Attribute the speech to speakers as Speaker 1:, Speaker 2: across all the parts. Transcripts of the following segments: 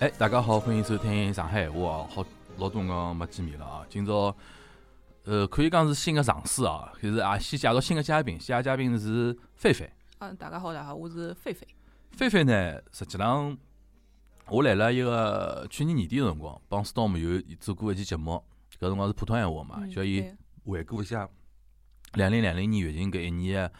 Speaker 1: 哎，大家好，欢迎收听上海话啊，好老多辰光没见面了啊。今朝，呃，可以讲是新的尝试啊，就是啊，先介绍新的嘉宾，新的嘉宾是菲菲。
Speaker 2: 嗯，大家好，大家好，我是菲菲。
Speaker 1: 菲菲呢，实际上我来了一个去年年底的辰光，帮 Storm 有做过一期节目，搿辰光是普通闲话嘛，
Speaker 2: 嗯
Speaker 1: 叫伊
Speaker 2: 对
Speaker 1: 回啊顾一下两零两零年疫情搿一年的，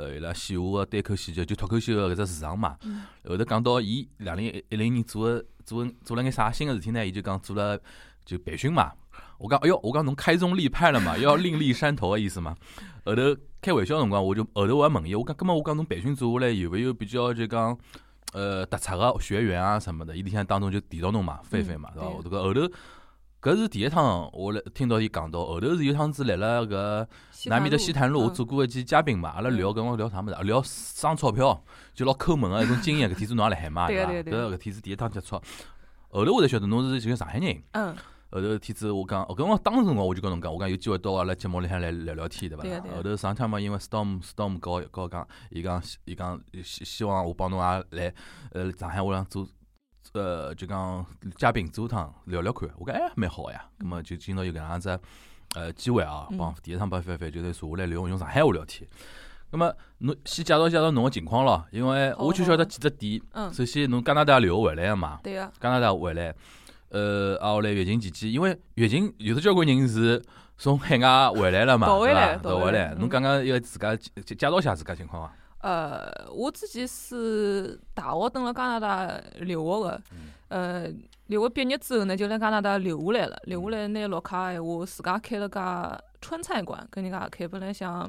Speaker 1: 呃，伊拉线下的单口喜剧就脱口秀的搿只市场嘛。
Speaker 2: 嗯
Speaker 1: 后头讲到伊两零一零年做的做的做了眼啥新的事体呢？伊就讲做了就培训嘛。我讲，哎哟，我讲侬开宗立派了 嘛，要另立山头的意思嘛。后头开玩笑的辰光，我就后头我还问伊，我讲，葛末我讲侬培训做下来有没有比较就讲呃突出个学员啊什么的？伊里向当中就提到侬嘛，菲菲嘛，
Speaker 2: 嗯
Speaker 1: 对伐？
Speaker 2: 对
Speaker 1: 我这个后头搿是第一趟我来听到伊讲到，后头是有趟子来了搿。南面的西
Speaker 2: 嗯
Speaker 1: 坛路，我做过一期嘉宾嘛，阿拉聊搿辰光聊啥物事啊？聊省钞票，就老抠门个啊一种经验。搿天子侬也辣海嘛，
Speaker 2: 对
Speaker 1: 伐？
Speaker 2: 个对个
Speaker 1: 搿搿天子第一趟接触，后头我才晓得侬是就上海人。
Speaker 2: 嗯，
Speaker 1: 后头天子我讲，搿辰光当时辰光我就跟侬讲，我讲有机会到阿拉节目里向来聊聊天，对伐
Speaker 2: 对个
Speaker 1: 啦
Speaker 2: 对？个
Speaker 1: 后头上趟嘛，因为 storm storm 跟我跟我讲，伊讲伊讲希希望我帮侬也来呃上海我上做。呃，就讲嘉宾做趟聊聊看，我讲哎蛮好呀，咁么就今朝有搿能样子呃机会啊，帮第一趟帮菲菲就是坐下来聊用上海话聊天。咁么侬先介绍介绍侬个情况咯，因为我就晓得几只点。
Speaker 2: 嗯，
Speaker 1: 首先，侬加拿大留学回来个嘛，
Speaker 2: 对啊个，
Speaker 1: 加拿大回来，呃，啊，后来疫情期间，因为疫情有的交关人是从海外回来了嘛，
Speaker 2: 倒回
Speaker 1: 对
Speaker 2: 来
Speaker 1: 伐？
Speaker 2: 倒
Speaker 1: 倒
Speaker 2: 回
Speaker 1: 回
Speaker 2: 来
Speaker 1: 来，
Speaker 2: 嗯
Speaker 1: 侬刚刚要自家介介绍一下自家情况啊伐？
Speaker 2: 呃，我自己是大学蹲辣加拿大留学个，
Speaker 1: 嗯
Speaker 2: 呃，留学毕业之后呢，就来加拿大留下来了。留下
Speaker 1: 嗯
Speaker 2: 来拿绿卡闲话，自家开了家川菜馆，跟人家合开。本来想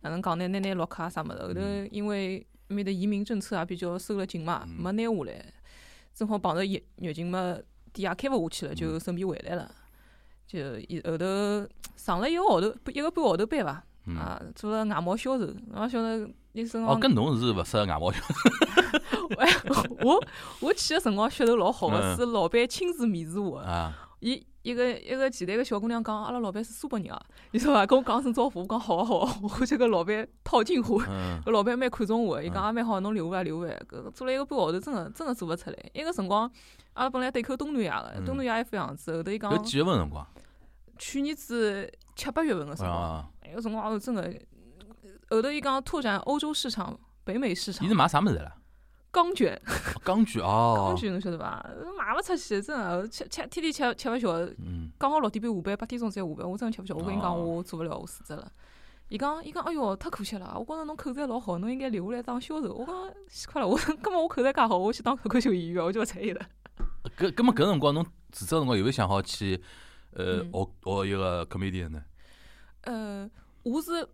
Speaker 2: 哪能讲呢，拿拿绿卡啥物事，后头
Speaker 1: 嗯
Speaker 2: 因为埃面的移民政策啊也比较收了紧嘛，
Speaker 1: 嗯
Speaker 2: 没拿下来。正好碰着疫疫情嘛，店也开勿下去
Speaker 1: 嗯
Speaker 2: 了，就顺便回来了。就一后头上了一个号头，不一个半号头班伐，
Speaker 1: 嗯，
Speaker 2: 啊，嗯做了外贸销售，我晓得那辰
Speaker 1: 哦，
Speaker 2: 光，
Speaker 1: 跟侬是勿适合外贸，
Speaker 2: 哎 我我去个辰光噱头老好
Speaker 1: 嗯
Speaker 2: 个，是老板亲自面试我 的。
Speaker 1: 啊，
Speaker 2: 伊一个一个前台个小姑娘讲，阿拉老板是苏北人啊，伊说啊，跟我讲声招呼，我讲好啊好啊，我就跟老板套近乎。
Speaker 1: 嗯，
Speaker 2: 搿老板蛮看重我的，伊
Speaker 1: 嗯
Speaker 2: 讲啊也蛮好，侬留下来留下来。搿做了一个半号头，真个真个做勿出来。一个辰光，阿拉本来对口东南亚个，
Speaker 1: 嗯
Speaker 2: 东南亚一副样子，后头伊
Speaker 1: 搿
Speaker 2: 讲
Speaker 1: 几月份辰光
Speaker 2: 去年子七八月份个辰光，
Speaker 1: 啊？
Speaker 2: 那个辰光哦真呃个，后头伊讲拓展欧洲市场、北美市场
Speaker 1: 伊是，买啥物事 啦？
Speaker 2: 钢卷。
Speaker 1: 哦钢锯
Speaker 2: 钢
Speaker 1: 哦，
Speaker 2: 卷侬晓得伐？卖勿出去，真个吃吃天天吃吃勿消。
Speaker 1: 嗯，
Speaker 2: 讲好六点半下班，八点钟才下班，我真的吃勿消。我跟伊
Speaker 1: 哦
Speaker 2: 讲，我做勿了，我辞职了。伊讲，伊讲，哎哟，太可惜了！我觉着侬口才老好，侬应该留下来当销售。我讲，死快了！我 根本我口才介好，我去当脱口秀演员，我就勿睬伊了。
Speaker 1: 搿搿么搿辰光侬辞职的辰光有没有想好去呃
Speaker 2: 嗯
Speaker 1: 学学一个 comedian 呢？
Speaker 2: 呃，我是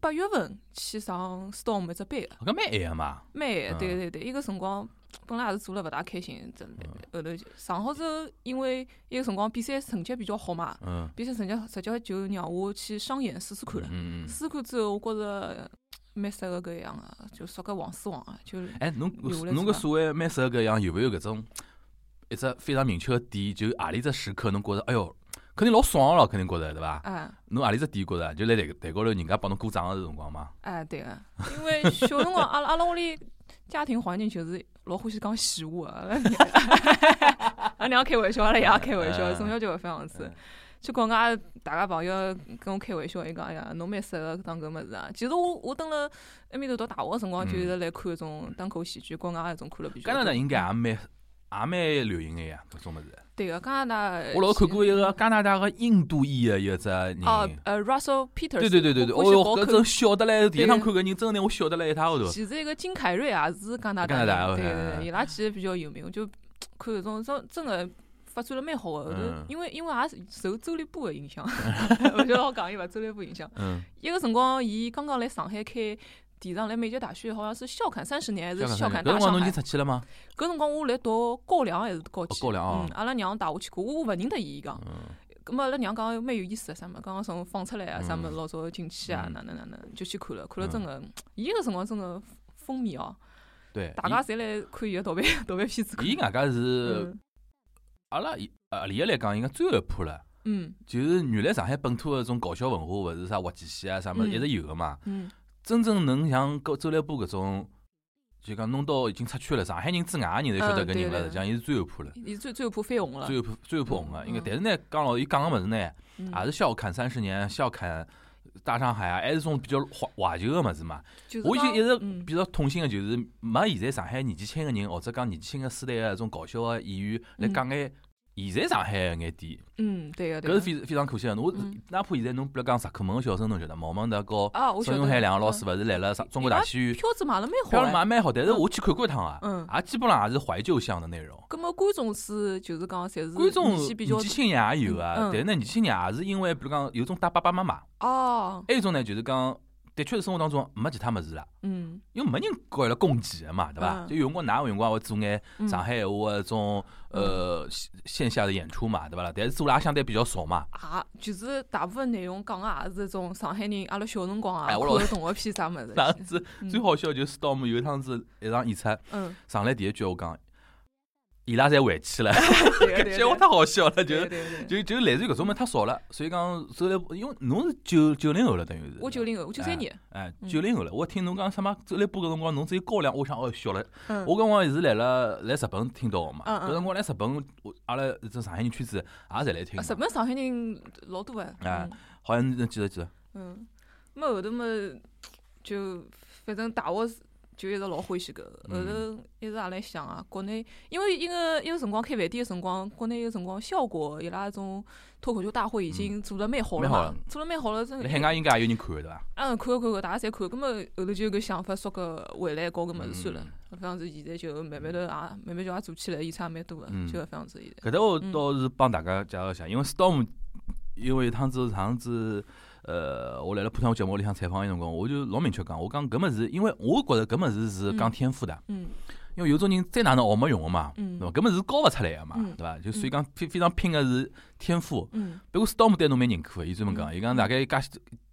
Speaker 2: 八月份去上 Storm 一只班个，
Speaker 1: 搿蛮晚个嘛，
Speaker 2: 蛮晚
Speaker 1: 嗯
Speaker 2: 的对对对，伊个辰光本来也是做了勿大开心，真
Speaker 1: 嗯
Speaker 2: 的。后头就上好之后，因为伊个辰光比赛成绩比较好嘛，
Speaker 1: 嗯
Speaker 2: 比赛成绩直接就让我去商演试试看了。
Speaker 1: 嗯嗯。
Speaker 2: 试看之后，我觉着蛮适合搿样个，就说个王思王啊，就
Speaker 1: 哎，侬
Speaker 2: 留下来
Speaker 1: 侬搿
Speaker 2: 做啥
Speaker 1: 所谓蛮适合搿样，有没有搿种一只非常明确的点？就何里只时刻侬觉着，哎哟，肯定老爽了，肯定觉着对伐？
Speaker 2: 哎
Speaker 1: 侬何里只点觉着？就辣台台高头人家帮侬鼓掌个辰光嘛？
Speaker 2: 哎对个， 因为小辰光阿拉阿拉屋里家庭环境就是老欢喜讲闲话啊， 阿拉娘开玩笑，阿拉爷开玩笑，从小就搿副样子
Speaker 1: 嗯。
Speaker 2: 就讲俺大家朋友跟我开玩笑，伊讲哎呀，侬蛮适合当搿物事啊。其实我我等了埃面头读大学个辰光，就一直来看搿种单口喜剧，国外搿种看了比
Speaker 1: 嗯
Speaker 2: 较
Speaker 1: 加
Speaker 2: 多。
Speaker 1: 拿大应该也蛮也蛮流行个呀，搿种物事。
Speaker 2: 对个，加拿大
Speaker 1: 我老看过一个加拿大个印度裔个一只人。
Speaker 2: 哦呃 Russell Peters，
Speaker 1: 对对对对对，哦
Speaker 2: 我欢喜
Speaker 1: 哟，
Speaker 2: 搞
Speaker 1: 搿
Speaker 2: 看
Speaker 1: 真笑得来，第一
Speaker 2: 对
Speaker 1: 趟看搿人真的我笑得来一塌糊涂。
Speaker 2: 其实一个金凯瑞也是加拿
Speaker 1: 加拿
Speaker 2: 大人，
Speaker 1: 大
Speaker 2: 对
Speaker 1: 嗯
Speaker 2: 对对，伊拉其实比较有名，就看搿种真真个发展了蛮好个。后
Speaker 1: 嗯
Speaker 2: 头因为因为也是受周立波个影响， 我就老讲伊伐，周立波影响。
Speaker 1: 嗯，
Speaker 2: 一个辰光，伊刚刚来上海开第一场来美籍大学，好像是校刊三十年还是校
Speaker 1: 搿
Speaker 2: 刊
Speaker 1: 辰
Speaker 2: 大
Speaker 1: 光
Speaker 2: 上
Speaker 1: 侬已
Speaker 2: 海
Speaker 1: 经。出去了吗？
Speaker 2: 搿辰光我来读高两还是高
Speaker 1: 哦
Speaker 2: 几？
Speaker 1: 高两哦嗯
Speaker 2: 嗯，阿拉娘带我去过，我勿认得伊伊讲。咁么阿拉娘讲蛮有意思的，啥么，刚刚从放出来啊，啥么
Speaker 1: 嗯
Speaker 2: 老早进去啊
Speaker 1: 嗯，
Speaker 2: 哪能哪能，就去看了，看了真个，伊个辰光真个风靡哦，
Speaker 1: 对，
Speaker 2: 大家侪来看伊个 盗版盗版片子看
Speaker 1: 伊。伊外加是
Speaker 2: 嗯
Speaker 1: 阿拉伊呃理个来讲，应该最后一批了。
Speaker 2: 嗯
Speaker 1: 就是原来上海本土的这种搞笑文化，勿是啥滑稽戏啊啥么，
Speaker 2: 嗯
Speaker 1: 一直有个嘛。
Speaker 2: 嗯，
Speaker 1: 真正能像周周立波搿种就讲弄到已经出圈了，上海人之外个人才晓得
Speaker 2: 嗯
Speaker 1: 搿
Speaker 2: 对
Speaker 1: 人了，
Speaker 2: 对
Speaker 1: 实际上伊是最有谱了，
Speaker 2: 伊最最后怕翻红了，
Speaker 1: 最有谱最有谱红了。应该，
Speaker 2: 嗯
Speaker 1: 但是呢，讲老实，伊讲个物事呢，
Speaker 2: 嗯
Speaker 1: 也是笑侃三十年，笑侃大上海啊，还是种比较怀怀旧个物事嘛。
Speaker 2: 就是
Speaker 1: 我就
Speaker 2: 讲
Speaker 1: 一直
Speaker 2: 嗯
Speaker 1: 比较痛心个就是没现在上海年纪轻个人，或者讲年纪轻个世代个种搞笑个演员来
Speaker 2: 嗯
Speaker 1: 讲眼现在上海个眼点，
Speaker 2: 嗯，对个对
Speaker 1: 搿是
Speaker 2: 个。
Speaker 1: 非非常可惜个。侬
Speaker 2: 嗯
Speaker 1: 哪怕现在侬比如讲石克门个小生，侬晓得毛孟德和
Speaker 2: 啊，我晓
Speaker 1: 孙
Speaker 2: 得。
Speaker 1: 永海两个老
Speaker 2: 嗯
Speaker 1: 师勿是来了上中国大戏院。
Speaker 2: 票子买了蛮
Speaker 1: 票
Speaker 2: 好
Speaker 1: 买
Speaker 2: 哎。
Speaker 1: 蛮好，但是
Speaker 2: 嗯
Speaker 1: 我去看过一趟啊，
Speaker 2: 嗯
Speaker 1: 也基本上也是怀旧向的内容。
Speaker 2: 葛么观众是就是讲，侪是
Speaker 1: 观众
Speaker 2: 年纪
Speaker 1: 年
Speaker 2: 比较
Speaker 1: 纪轻人也有啊，
Speaker 2: 嗯
Speaker 1: 但是呢，年轻人也是因为比如讲有种带爸爸妈妈，
Speaker 2: 哦，
Speaker 1: 还有一种呢就是讲，的确是生活当中没其他物事了。
Speaker 2: 嗯，
Speaker 1: 因为没人搞伊拉供给的嘛，对伐？
Speaker 2: 嗯
Speaker 1: 就有辰光，哪有辰光会做眼
Speaker 2: 嗯
Speaker 1: 上海闲话的啊种呃线线下的演出嘛，对伐啦？但是做了也相对比较少嘛。
Speaker 2: 啊，就是大部分内容讲个也是种上海人，阿拉小辰光啊
Speaker 1: 哎
Speaker 2: 看
Speaker 1: 我老
Speaker 2: 个动画片啥物 事
Speaker 1: 上
Speaker 2: 去。
Speaker 1: 次
Speaker 2: 嗯
Speaker 1: 最好笑就是 Storm 有一趟子一场演出，
Speaker 2: 嗯，
Speaker 1: 上来第一句我讲，伊拉侪回去了，
Speaker 2: 对个
Speaker 1: 搿
Speaker 2: 对
Speaker 1: 句话
Speaker 2: 个
Speaker 1: 太好笑了，就
Speaker 2: 对
Speaker 1: 是
Speaker 2: 个对个对个。
Speaker 1: 就就类似于搿种物事太少了，所以讲后来，因为侬是九九零后了，等于是。
Speaker 2: 我九。零后，我九三年。
Speaker 1: 哎，
Speaker 2: 嗯
Speaker 1: 九零后了，我听侬讲什么走来播搿辰光，侬只有高粱，我想哦笑了。
Speaker 2: 嗯
Speaker 1: 我搿辰光是来了来日本听到的嘛，
Speaker 2: 嗯嗯
Speaker 1: 搿辰光来日本，我阿拉这上海人圈子也侪来听嘛。
Speaker 2: 啊日本上海人老多哎。
Speaker 1: 哎
Speaker 2: 嗯
Speaker 1: 好像能记得记得，
Speaker 2: 嗯，么后头么就反正大学是就一直老欢喜搿个，后
Speaker 1: 嗯
Speaker 2: 头一直也来想啊，国内因为一个一个辰光开饭店个辰光，国内个辰光效果伊拉那种脱口秀大会已经做了蛮好了
Speaker 1: 嗯蛮好
Speaker 2: 嘛
Speaker 1: 了，
Speaker 2: 做了蛮好了，真的
Speaker 1: 辣海外应该也有人看的对伐？
Speaker 2: 嗯，看看看，大家侪看，葛么后头就有搿想法，说搿回来搞搿物事算了
Speaker 1: 嗯。
Speaker 2: 搿样子现在就慢慢的也慢慢就也做起来，演出也蛮多个
Speaker 1: 嗯，
Speaker 2: 就搿样子现在。
Speaker 1: 搿搭我倒是帮大家介绍一下，因为 Storm，因为一趟子上次，呃，我来了普通话节目里向采访伊辰光，我就老明确讲，我讲搿物事，因为我觉着搿物事是讲
Speaker 2: 嗯
Speaker 1: 天赋的，
Speaker 2: 嗯
Speaker 1: 因为有种人再哪能学没用个嘛，
Speaker 2: 嗯
Speaker 1: 对伐？搿物事是教勿出来个嘛，
Speaker 2: 嗯
Speaker 1: 对伐？就所以讲非非常拼个是天赋。
Speaker 2: 嗯
Speaker 1: 不过 Storm 对侬蛮认可的，伊专门讲，
Speaker 2: 嗯
Speaker 1: 伊讲大概介，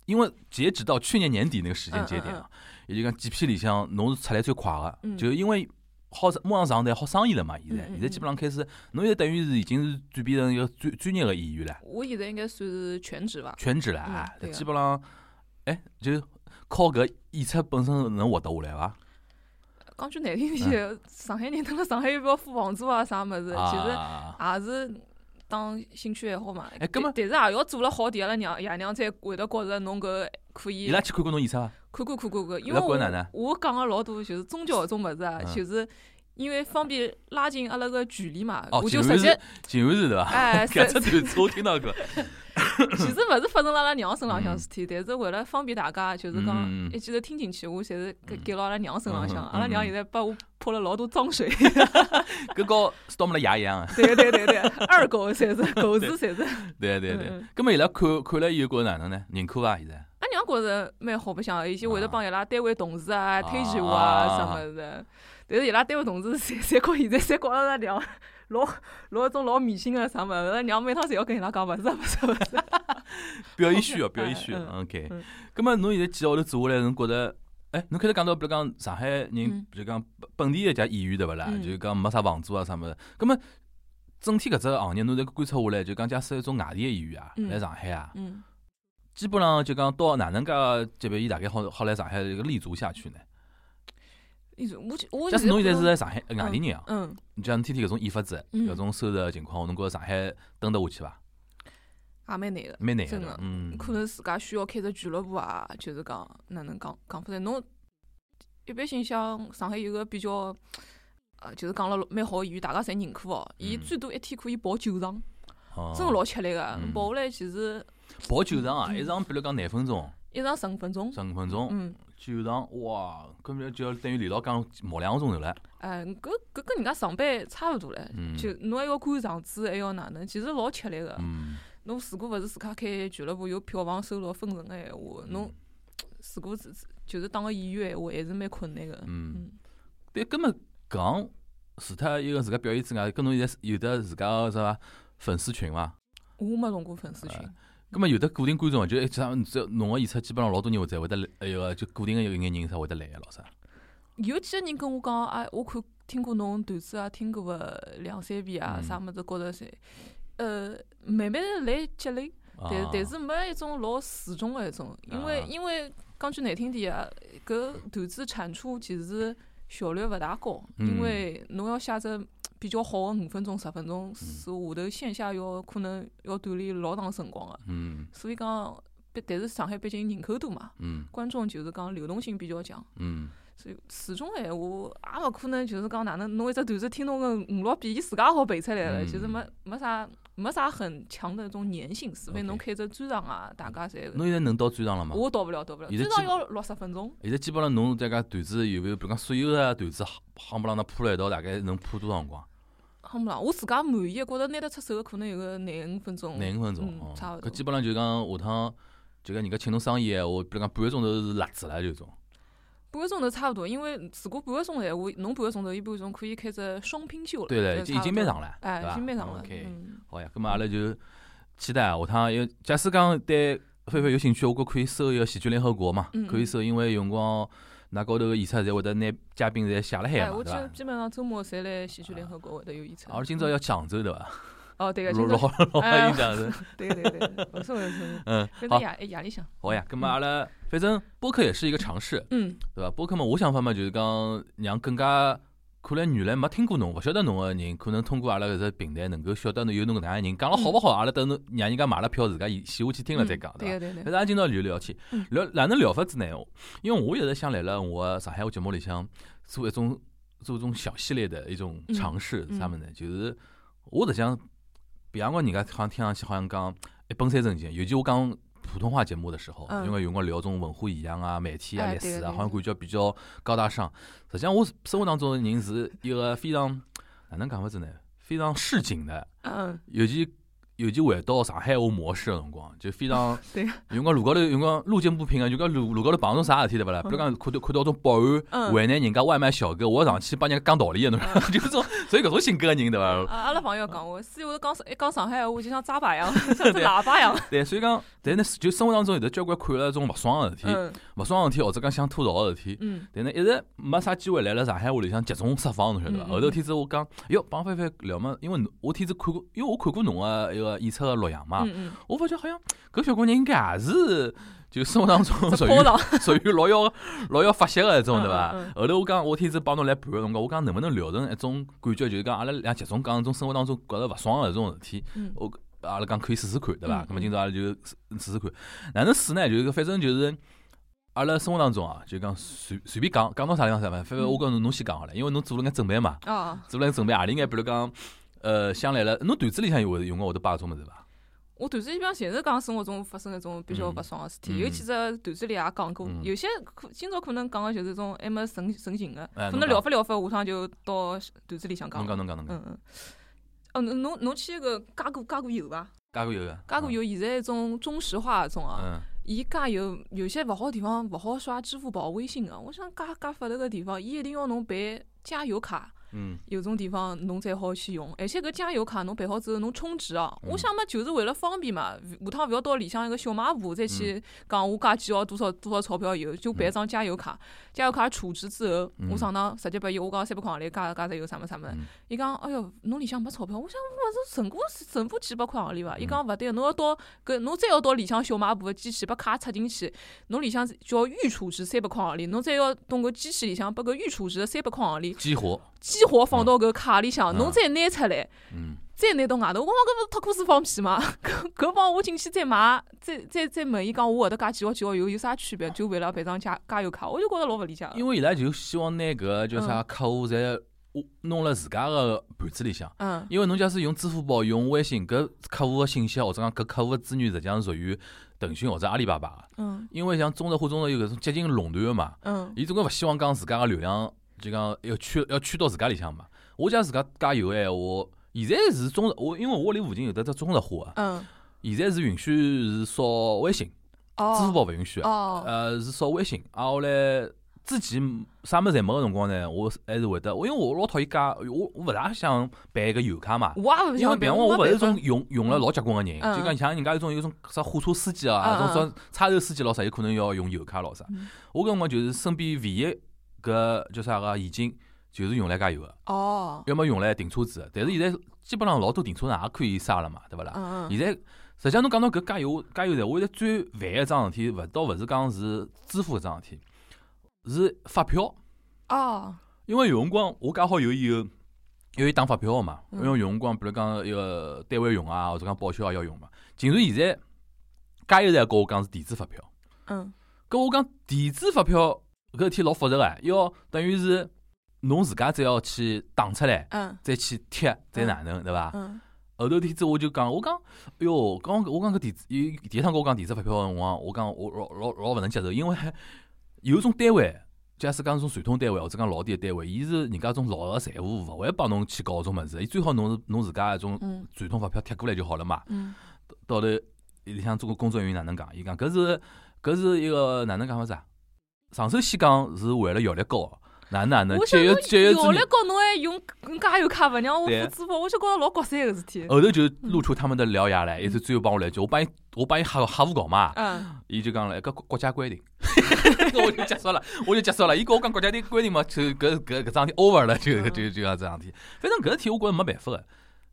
Speaker 1: 因为截止到去年年底那个时
Speaker 2: 嗯
Speaker 1: 间节点啊，也就讲几批里向侬是出来最快个，
Speaker 2: 嗯
Speaker 1: 就因为好马上上台好生意了嘛，现在
Speaker 2: 嗯嗯
Speaker 1: 现在基本上开始，侬现在等于是已经是转变成一个专专业个演员了，
Speaker 2: 嗯我现在应该算是全职伐？
Speaker 1: 全职了啊
Speaker 2: 嗯，对啊
Speaker 1: 基本上，哎，就是靠搿演出本身能活得下来伐？
Speaker 2: 讲句难听
Speaker 1: 嗯
Speaker 2: 点，上海人蹲辣上海又不要付房租啊啥物事，其实
Speaker 1: 啊，
Speaker 2: 也是当兴趣爱好嘛。
Speaker 1: 哎葛末
Speaker 2: 但但是也要做了好点，阿拉娘爷娘才会得觉着侬搿可以
Speaker 1: 伊拉去看过侬演啊出伐？
Speaker 2: 看过看过搿，因
Speaker 1: 辣
Speaker 2: 为
Speaker 1: 国内呢
Speaker 2: 我我讲个老多就是宗教搿种物事啊，
Speaker 1: 嗯
Speaker 2: 就是因为方便拉近阿拉个距离嘛，
Speaker 1: 哦
Speaker 2: 我
Speaker 1: 竟
Speaker 2: 就
Speaker 1: 然
Speaker 2: 直
Speaker 1: 是
Speaker 2: 接
Speaker 1: 竟然是对 伐？
Speaker 2: 哎，
Speaker 1: 搿
Speaker 2: 实
Speaker 1: 只段子我听到过，
Speaker 2: 其实勿是发生辣阿拉娘身浪向
Speaker 1: 嗯
Speaker 2: 事体，但是为了方便大家，就是
Speaker 1: 嗯嗯
Speaker 2: 讲
Speaker 1: 嗯
Speaker 2: 一记头听进去，我侪是给
Speaker 1: 嗯
Speaker 2: 给了阿拉娘身浪向，
Speaker 1: 嗯嗯
Speaker 2: 阿拉娘
Speaker 1: 嗯
Speaker 2: 现在把我泼了老多脏水。
Speaker 1: 搿和 Storm 的爷一样啊。
Speaker 2: 对对对对，二狗才 是狗子才是。
Speaker 1: 对对对
Speaker 2: 嗯嗯，
Speaker 1: 咁么伊拉看看了以后觉得哪能呢？认可伐？现在
Speaker 2: 俺娘觉着蛮好白相，以前会得帮伊拉单位同事啊推荐我
Speaker 1: 啊
Speaker 2: 啊啥么子，但是伊拉单位同事侪侪觉现在侪觉着俺娘老老种老迷信个啥么子，俺娘每趟侪要跟伊拉讲勿是勿是勿是。
Speaker 1: 表演需要，
Speaker 2: 嗯
Speaker 1: 表演需要。
Speaker 2: 嗯
Speaker 1: OK，
Speaker 2: 嗯
Speaker 1: 咁么侬现在几个号头做下来，侬觉得？哎，侬开头讲到，比如讲上海人，
Speaker 2: 嗯
Speaker 1: 比如讲本本地一家演员对勿啦？
Speaker 2: 嗯
Speaker 1: 就是讲没啥房租啊啥物事。咁么整体搿只行业，侬侪观察下来，就讲假使一种外地的演员啊，
Speaker 2: 嗯
Speaker 1: 来上海啊，
Speaker 2: 嗯，
Speaker 1: 基本上就讲到哪能介级别，伊大概好好来上海这个立足下去呢？
Speaker 2: 一种嗯我就我
Speaker 1: 假使侬现在是
Speaker 2: 觉得
Speaker 1: 在上海呃外地人啊，
Speaker 2: 嗯。
Speaker 1: 你像侬天天搿种演法子，
Speaker 2: 嗯
Speaker 1: 搿种收入的情况，侬觉着上海蹲得下去伐？
Speaker 2: 也蛮难个，
Speaker 1: 蛮难
Speaker 2: 真
Speaker 1: 的
Speaker 2: 的，
Speaker 1: 嗯，
Speaker 2: 可能自家需要开只俱乐部啊，就是讲哪能讲讲出来，侬一般性像上海有个比较，呃，就是讲了蛮好的演员，大家侪认可哦，伊
Speaker 1: 嗯
Speaker 2: 最多一天可以跑九场，
Speaker 1: 哦
Speaker 2: 真个老吃力个
Speaker 1: 嗯，
Speaker 2: 跑下来其实
Speaker 1: 跑九场啊，
Speaker 2: 嗯
Speaker 1: 一场比如讲廿分钟、
Speaker 2: 一场十五分钟，
Speaker 1: 十五分钟，
Speaker 2: 嗯，
Speaker 1: 九场哇，搿么就要等于连牢讲毛两个钟头了。
Speaker 2: 哎，搿搿跟人家上班差勿多唻
Speaker 1: 嗯，
Speaker 2: 就侬还要赶场子，还要哪能，其实老吃力个。
Speaker 1: 嗯，
Speaker 2: 侬如果勿是自家开俱乐部有票房收入分成个闲话，呃
Speaker 1: 嗯
Speaker 2: 侬如果是就是当个演员闲话，还是蛮困难个。
Speaker 1: 嗯，
Speaker 2: 嗯
Speaker 1: 对，搿么讲，除脱一个自家表演之外，搿侬现在有得自家个啥粉丝群伐？
Speaker 2: 我没弄过粉丝群
Speaker 1: 哎，搿么有得固定观众伐，就一场只要侬个演出，基本上老多人会才会得来，哎个就固定个有眼人才会得来啊个老啥。
Speaker 2: 有几个人跟我讲，啊，我看听过侬段子啊，听过个两三遍啊
Speaker 1: 嗯，
Speaker 2: 啥物事，觉着侪，呃，慢慢地来积累，
Speaker 1: 啊
Speaker 2: 但但是没一种老始终个一种，因为
Speaker 1: 啊
Speaker 2: 因为讲句难听点啊，搿段子产出其实效率勿大高，
Speaker 1: 嗯
Speaker 2: 因为侬要写只比较好个五分钟、十
Speaker 1: 嗯
Speaker 2: 分钟，是下头线下要可能要锻炼老长辰光个。
Speaker 1: 嗯
Speaker 2: 所以讲，毕但是上海毕竟人口多嘛，
Speaker 1: 嗯
Speaker 2: 观众就是讲流动性比较强，
Speaker 1: 嗯
Speaker 2: 所以始终闲话也勿可能就是讲哪能弄一只段子听侬个五六遍，伊自家也好背出来了，
Speaker 1: 嗯
Speaker 2: 就是没没啥没啥很强的这种粘性，除非侬开只专场啊，大家侪。
Speaker 1: 侬现在能到专场了吗？
Speaker 2: 我到不了，到不了。
Speaker 1: 现在
Speaker 2: 专场
Speaker 1: 基
Speaker 2: 要六十分钟，
Speaker 1: 现在基本上侬在讲段子有没有，比如讲所有的段子夯夯不啷当铺了一道，大概能铺多少辰光？
Speaker 2: 好么啦？我自家满意，觉着拿得出手的可能有个廿五分钟。
Speaker 1: 廿五分钟
Speaker 2: 嗯，
Speaker 1: 哦
Speaker 2: 差不
Speaker 1: 搿
Speaker 2: 多
Speaker 1: 基本上就讲下趟就讲人家请侬商演，我比如讲半个钟头是辣子了，就种。
Speaker 2: 半个钟头差不多，因为如果半个钟头哎闲话，侬半个钟头，伊半个钟头可以开只双拼秀了。
Speaker 1: 对了，
Speaker 2: 就
Speaker 1: 已经
Speaker 2: 差
Speaker 1: 已
Speaker 2: 不
Speaker 1: 经蛮
Speaker 2: 多
Speaker 1: 长了，
Speaker 2: 哎，
Speaker 1: 对
Speaker 2: 已
Speaker 1: 吧
Speaker 2: 经蛮长了。
Speaker 1: OK，
Speaker 2: 嗯，
Speaker 1: 好呀，葛末阿拉就期待下趟有，假使讲对菲菲有兴趣，我觉可以搜一个喜剧联合国嘛
Speaker 2: 嗯，
Speaker 1: 可以搜，因为有辰光㑚高头个演出侪会得拿嘉宾侪写了海
Speaker 2: 哎，
Speaker 1: 嘛，
Speaker 2: 我
Speaker 1: 对
Speaker 2: 基
Speaker 1: 伐？
Speaker 2: 基本上周末侪来喜剧联合国会得有演出。
Speaker 1: 而今朝要讲究对伐？
Speaker 2: 哦，对个，
Speaker 1: 老
Speaker 2: 今
Speaker 1: 老
Speaker 2: 朝
Speaker 1: 老
Speaker 2: 哎
Speaker 1: 欢迎讲究，
Speaker 2: 对对对，对 不是不是不是，
Speaker 1: 嗯，
Speaker 2: 反正
Speaker 1: 好
Speaker 2: 夜哎夜里向。
Speaker 1: 好呀，葛末阿拉反正播客也是一个尝试，
Speaker 2: 嗯，
Speaker 1: 对伐？播客嘛，我想法嘛就是讲让更加。可能原来没听过侬，勿晓得侬个人，可能通过阿拉搿只平台能够晓得侬有侬搿能样人，讲了好勿好，阿拉等侬让人家买了票，自家先下去听了再讲，
Speaker 2: 嗯
Speaker 1: 对伐
Speaker 2: 对？个对
Speaker 1: 但
Speaker 2: 个，
Speaker 1: 是俺今朝聊聊天
Speaker 2: 嗯，
Speaker 1: 聊哪能聊法子呢？因为我一直想来了我的上海话节目里向做一种做一种小系列的一种尝试，
Speaker 2: 嗯
Speaker 1: 啥么呢？就是我实际上，别个辰光人家好像听上去好像讲一本三正经，尤其我讲普通话节目的时候，
Speaker 2: 嗯
Speaker 1: 因为有辰光聊种文化现象啊、媒体啊、
Speaker 2: 哎
Speaker 1: 历史
Speaker 2: 对
Speaker 1: 啊，
Speaker 2: 的
Speaker 1: 好像感觉比较高大上。实际上，我生活当中的人是一个非常哪能讲法子呢？非常市井的，
Speaker 2: 嗯，
Speaker 1: 尤其尤其回到上海话模式个辰光，就非常
Speaker 2: 对啊
Speaker 1: 有辰光路高头有辰光路见不平啊，就讲路路高头碰到种啥事体对勿啦？比如讲看到看到种保安
Speaker 2: 嗯
Speaker 1: 为难人家外卖小哥，我要上去帮人家讲道理个，侬知道吗就是种 所以搿种性格个人对伐？
Speaker 2: 啊，阿拉朋友讲我，私下头讲上一讲上海话，我就像扎巴 一样，像只喇叭一 样。
Speaker 1: 嗯对，啊所以讲，但呢，就生活当中有得交关看了种勿爽个事体，
Speaker 2: 嗯
Speaker 1: 勿爽个事体或者讲想吐槽个事体，
Speaker 2: 嗯
Speaker 1: 但呢一直没啥机会来了上海话里向集中释放，侬晓得伐？
Speaker 2: 嗯嗯
Speaker 1: 后头天子我讲，哟，帮菲菲聊嘛，因为侬我天子看过，因为我看过侬个一个演出个录像嘛，
Speaker 2: 嗯嗯，
Speaker 1: 我发觉好像搿小姑娘应该也是就生活当中 属
Speaker 2: 这
Speaker 1: 于
Speaker 2: 波浪。
Speaker 1: 属于老要老要发泄个一种，对伐
Speaker 2: 嗯嗯？
Speaker 1: 后头我讲我天子帮侬来盘个辰光，我讲能不能聊成一种感觉，就是讲阿拉俩集中讲一种生活当中觉着勿爽个一种事体，
Speaker 2: 嗯
Speaker 1: 我阿拉讲可以试试看，对伐
Speaker 2: 嗯？
Speaker 1: 那么今朝阿拉就试试试看，哪能试呢？就是反正就是。阿拉生活当中啊，就讲随随便讲，讲到啥地方啥嘛。反
Speaker 2: 嗯
Speaker 1: 正我讲侬侬先讲好了，因为侬做了眼准备嘛，
Speaker 2: 啊，
Speaker 1: 做了眼准备，何里眼比如讲，呃，想来了，侬段子里向有会有辰光会得摆搿种物事伐？
Speaker 2: 我段子里向侪是讲生活中发生一种比较勿爽个事体，有几只段子里也讲过
Speaker 1: 嗯，
Speaker 2: 有些可今朝可能讲个就是种还没成成型个，
Speaker 1: 哎
Speaker 2: 可
Speaker 1: 侬讲
Speaker 2: 能聊法聊法，下趟就到段子里向讲
Speaker 1: 侬讲侬
Speaker 2: 了。
Speaker 1: 讲侬讲，
Speaker 2: 嗯嗯。哦，侬侬侬去搿加过加过油伐？
Speaker 1: 加过油个，
Speaker 2: 加过油现在一种中石化一种啊，
Speaker 1: 嗯，
Speaker 2: 伊加油有些勿好地方勿好刷支付宝、微信啊个。我想加加法头个地方，伊一定要侬办加油卡。
Speaker 1: 嗯
Speaker 2: 有种地方侬才好去用，而且搿加油卡侬办好之后侬充值哦，
Speaker 1: 嗯
Speaker 2: 我想嘛就是为了方便嘛，下趟勿要到里向一个小卖部再
Speaker 1: 嗯
Speaker 2: 去讲我加几号多少多少钞票油，就办一张加油卡，加油卡储值之后，
Speaker 1: 嗯
Speaker 2: 我上趟直接拨伊我讲三百块行钿加加只油啥么啥么
Speaker 1: 嗯，
Speaker 2: 伊讲哎哟侬里向没钞票，我想我这存过存过几百块行钿伐，伊
Speaker 1: 嗯
Speaker 2: 讲勿对，侬要到搿侬再要到里向小卖部个机器把卡插进去，侬里向就要预储值三百块行钿，侬再要通过机器里向拨搿预储值的三百块行钿。
Speaker 1: 激活，
Speaker 2: 激活放到搿卡里向，
Speaker 1: 嗯
Speaker 2: 侬再拿出来，
Speaker 1: 嗯。
Speaker 2: 再拿到外头，我讲搿勿是脱裤子放屁吗？ 搿搿帮我进去再买，再再再问伊讲我搿搭加几号几号油有啥区别？就为了办张加加油卡，我就觉着老勿理解的。
Speaker 1: 因为伊拉就希望拿搿个
Speaker 2: 嗯
Speaker 1: 叫啥客户侪弄了自家个盘子里向。
Speaker 2: 嗯
Speaker 1: 因为侬假使用支付宝、用微信，搿客户个信息或者讲搿客户个资源，实际上属于腾讯或者阿里巴巴个。
Speaker 2: 嗯
Speaker 1: 因为像中石化、中石油搿种接近垄断个嘛，
Speaker 2: 嗯
Speaker 1: 伊总归勿希望讲自家个流量就讲要圈要圈到自家里向嘛。我假自家加油个闲话，现在是中石我因为我屋里附近有得只中石化啊，
Speaker 2: 嗯，
Speaker 1: 现在是允许是扫微信，支付
Speaker 2: 哦
Speaker 1: 宝勿允许啊。
Speaker 2: 哦，
Speaker 1: 呃，是扫微信，啊，后来之前啥么子侪没个辰光呢，我是还是会得，我因为我老讨厌加，我我勿大想办一个油卡嘛，
Speaker 2: 我也勿
Speaker 1: 因为
Speaker 2: 想
Speaker 1: 别
Speaker 2: 办，
Speaker 1: 个我
Speaker 2: 没
Speaker 1: 勿是
Speaker 2: 办法
Speaker 1: 种用用了老结棍个人，
Speaker 2: 嗯
Speaker 1: 就讲像人家有种有种啥货车司机啊，
Speaker 2: 嗯
Speaker 1: 种
Speaker 2: 嗯
Speaker 1: 啥差头司机老啥，有可能要用油卡老啥
Speaker 2: 嗯，
Speaker 1: 我搿辰光就是身边唯一搿叫啥个现金。就是用来加油个，
Speaker 2: 哦，
Speaker 1: 要么用来停车子的。但是现在基本上老多停车场也可以刹了嘛，对勿啦？
Speaker 2: 嗯嗯
Speaker 1: 现在实际上侬讲到搿加油加油站，我现在最烦一桩事体，勿倒勿是讲是支付搿桩事体，是发票。
Speaker 2: 哦，
Speaker 1: 因为有辰光我加好油以后，因为打发票个嘛，因
Speaker 2: 嗯
Speaker 1: 为有辰光比如讲一个单位用啊，或者讲报销也要用嘛。竟然现在加油站跟我讲是电子发票，
Speaker 2: 嗯
Speaker 1: 跟我讲电子发票搿事体老复杂个，要等于是侬自家再要去打出来，
Speaker 2: 嗯
Speaker 1: 再去贴，再哪能对伐？
Speaker 2: 嗯
Speaker 1: 后头天子我就讲，我讲，哎哟，刚我讲搿电子，伊第一趟跟我讲电子发票个辰光，我讲我老老老勿能接受，因为有种单位，假使讲种传统单位或者讲老点个单位，伊是人家种老个财务，勿会帮侬去搞搿种物事，伊最好侬是侬自家一种
Speaker 2: 嗯
Speaker 1: 传统发票贴过来就好了嘛。
Speaker 2: 嗯
Speaker 1: 到头里向中国工作人员哪能讲？伊讲搿是搿是一个哪能讲法子啊？上首先讲是为了效率高，哪能哪能
Speaker 2: 我想
Speaker 1: 节约
Speaker 2: 侬
Speaker 1: 节约
Speaker 2: 效
Speaker 1: 之
Speaker 2: 率
Speaker 1: 女，
Speaker 2: 高，侬还用加油卡勿让我
Speaker 1: 对哦
Speaker 2: 付支付，我就觉着老国三个事体。
Speaker 1: 后头就露出他们的獠牙来，一直最后帮我来一句，我帮伊我帮伊吓吓唬搞嘛，
Speaker 2: 嗯
Speaker 1: 伊就讲了，哎搿国国家规定， 我就结束了，我就结束了。伊跟我讲国家的规定嘛，就搿搿搿桩事体 over 了，就
Speaker 2: 嗯
Speaker 1: 就就搿桩事体。反正搿事体我觉着没办法个，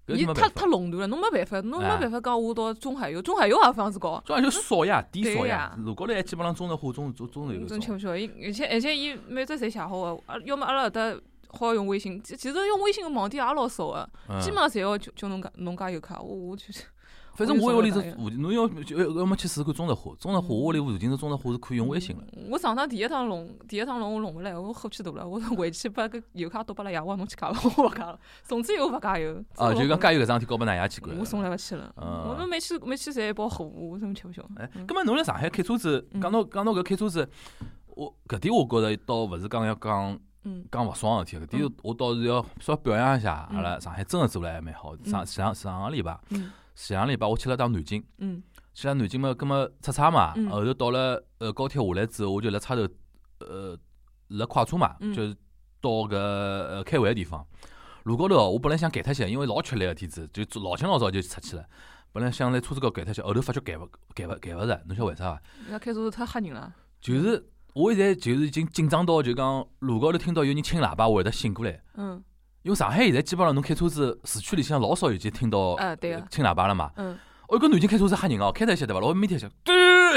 Speaker 1: 搿事体
Speaker 2: 伊
Speaker 1: 没
Speaker 2: 太
Speaker 1: 办
Speaker 2: 太
Speaker 1: 法。
Speaker 2: 垄断了，侬没办法，侬没
Speaker 1: 哎
Speaker 2: 办法讲我到中海油，中海油也放子高。
Speaker 1: 主要就少呀，低少
Speaker 2: 对
Speaker 1: 呀
Speaker 2: 呀。
Speaker 1: 如果来基本上中石化、中中中石油
Speaker 2: 真吃
Speaker 1: 种，
Speaker 2: 不消，伊而且而且伊每只侪写好个，啊，要么阿拉搿搭好用微信，其其实用微信个网点也老少个，
Speaker 1: 嗯
Speaker 2: 基本上侪要叫叫侬加侬加油卡，我我就
Speaker 1: 反正我屋里头
Speaker 2: 我就
Speaker 1: 附近，侬要就要要么去试试看中石化，中石化
Speaker 2: 嗯
Speaker 1: 我屋里附近的中石化是可以用微信了。
Speaker 2: 我上趟第一趟弄，第一趟弄我弄勿来，我火气大了，我回去把搿油卡丢拨了 爷，我讲侬去加吧，我勿加了，从此以后勿加油。
Speaker 1: 啊，就讲
Speaker 2: 加，
Speaker 1: 加油搿桩事体搞拨㑚爷去管了
Speaker 2: 我。从来勿去了，
Speaker 1: 啊
Speaker 2: 我们每次每次侪一包火，我真吃勿消。
Speaker 1: 哎，
Speaker 2: 嗯
Speaker 1: 葛末侬辣上海开车子，
Speaker 2: 嗯
Speaker 1: 讲到讲到搿开车子，我搿点我觉着倒勿是讲要讲。
Speaker 2: 嗯
Speaker 1: 讲勿爽个事体，搿点
Speaker 2: 嗯
Speaker 1: 我倒是要稍微表扬一下，
Speaker 2: 嗯
Speaker 1: 阿拉上海真个做了还蛮好。上上上个礼拜，
Speaker 2: 嗯
Speaker 1: 上个礼拜我去了趟南京，
Speaker 2: 嗯
Speaker 1: 去了南京嘛，葛末出差嘛，
Speaker 2: 嗯
Speaker 1: 后头到了呃高铁下来之后，我就辣差头呃辣快车嘛，
Speaker 2: 嗯
Speaker 1: 就是到搿呃开会个地方。路高头哦我本来想改脱些，因为老吃力个天子，就老清老早就出去了。本来想辣车子高头改脱些，后头发觉改勿改勿改勿着，侬晓得为啥伐？
Speaker 2: 嗯，要开车太吓人了。
Speaker 1: 就是我现在就是已经紧张到就讲路高头听到有人轻喇叭，我会得醒过来。
Speaker 2: 嗯
Speaker 1: 因为上海现在基本上侬开车子，市区里向老少有去听到
Speaker 2: 啊对啊
Speaker 1: 轻喇叭了嘛。
Speaker 2: 嗯，
Speaker 1: 哦，搿南京开车子吓人哦，开得一些对伐？老每天想，嘟，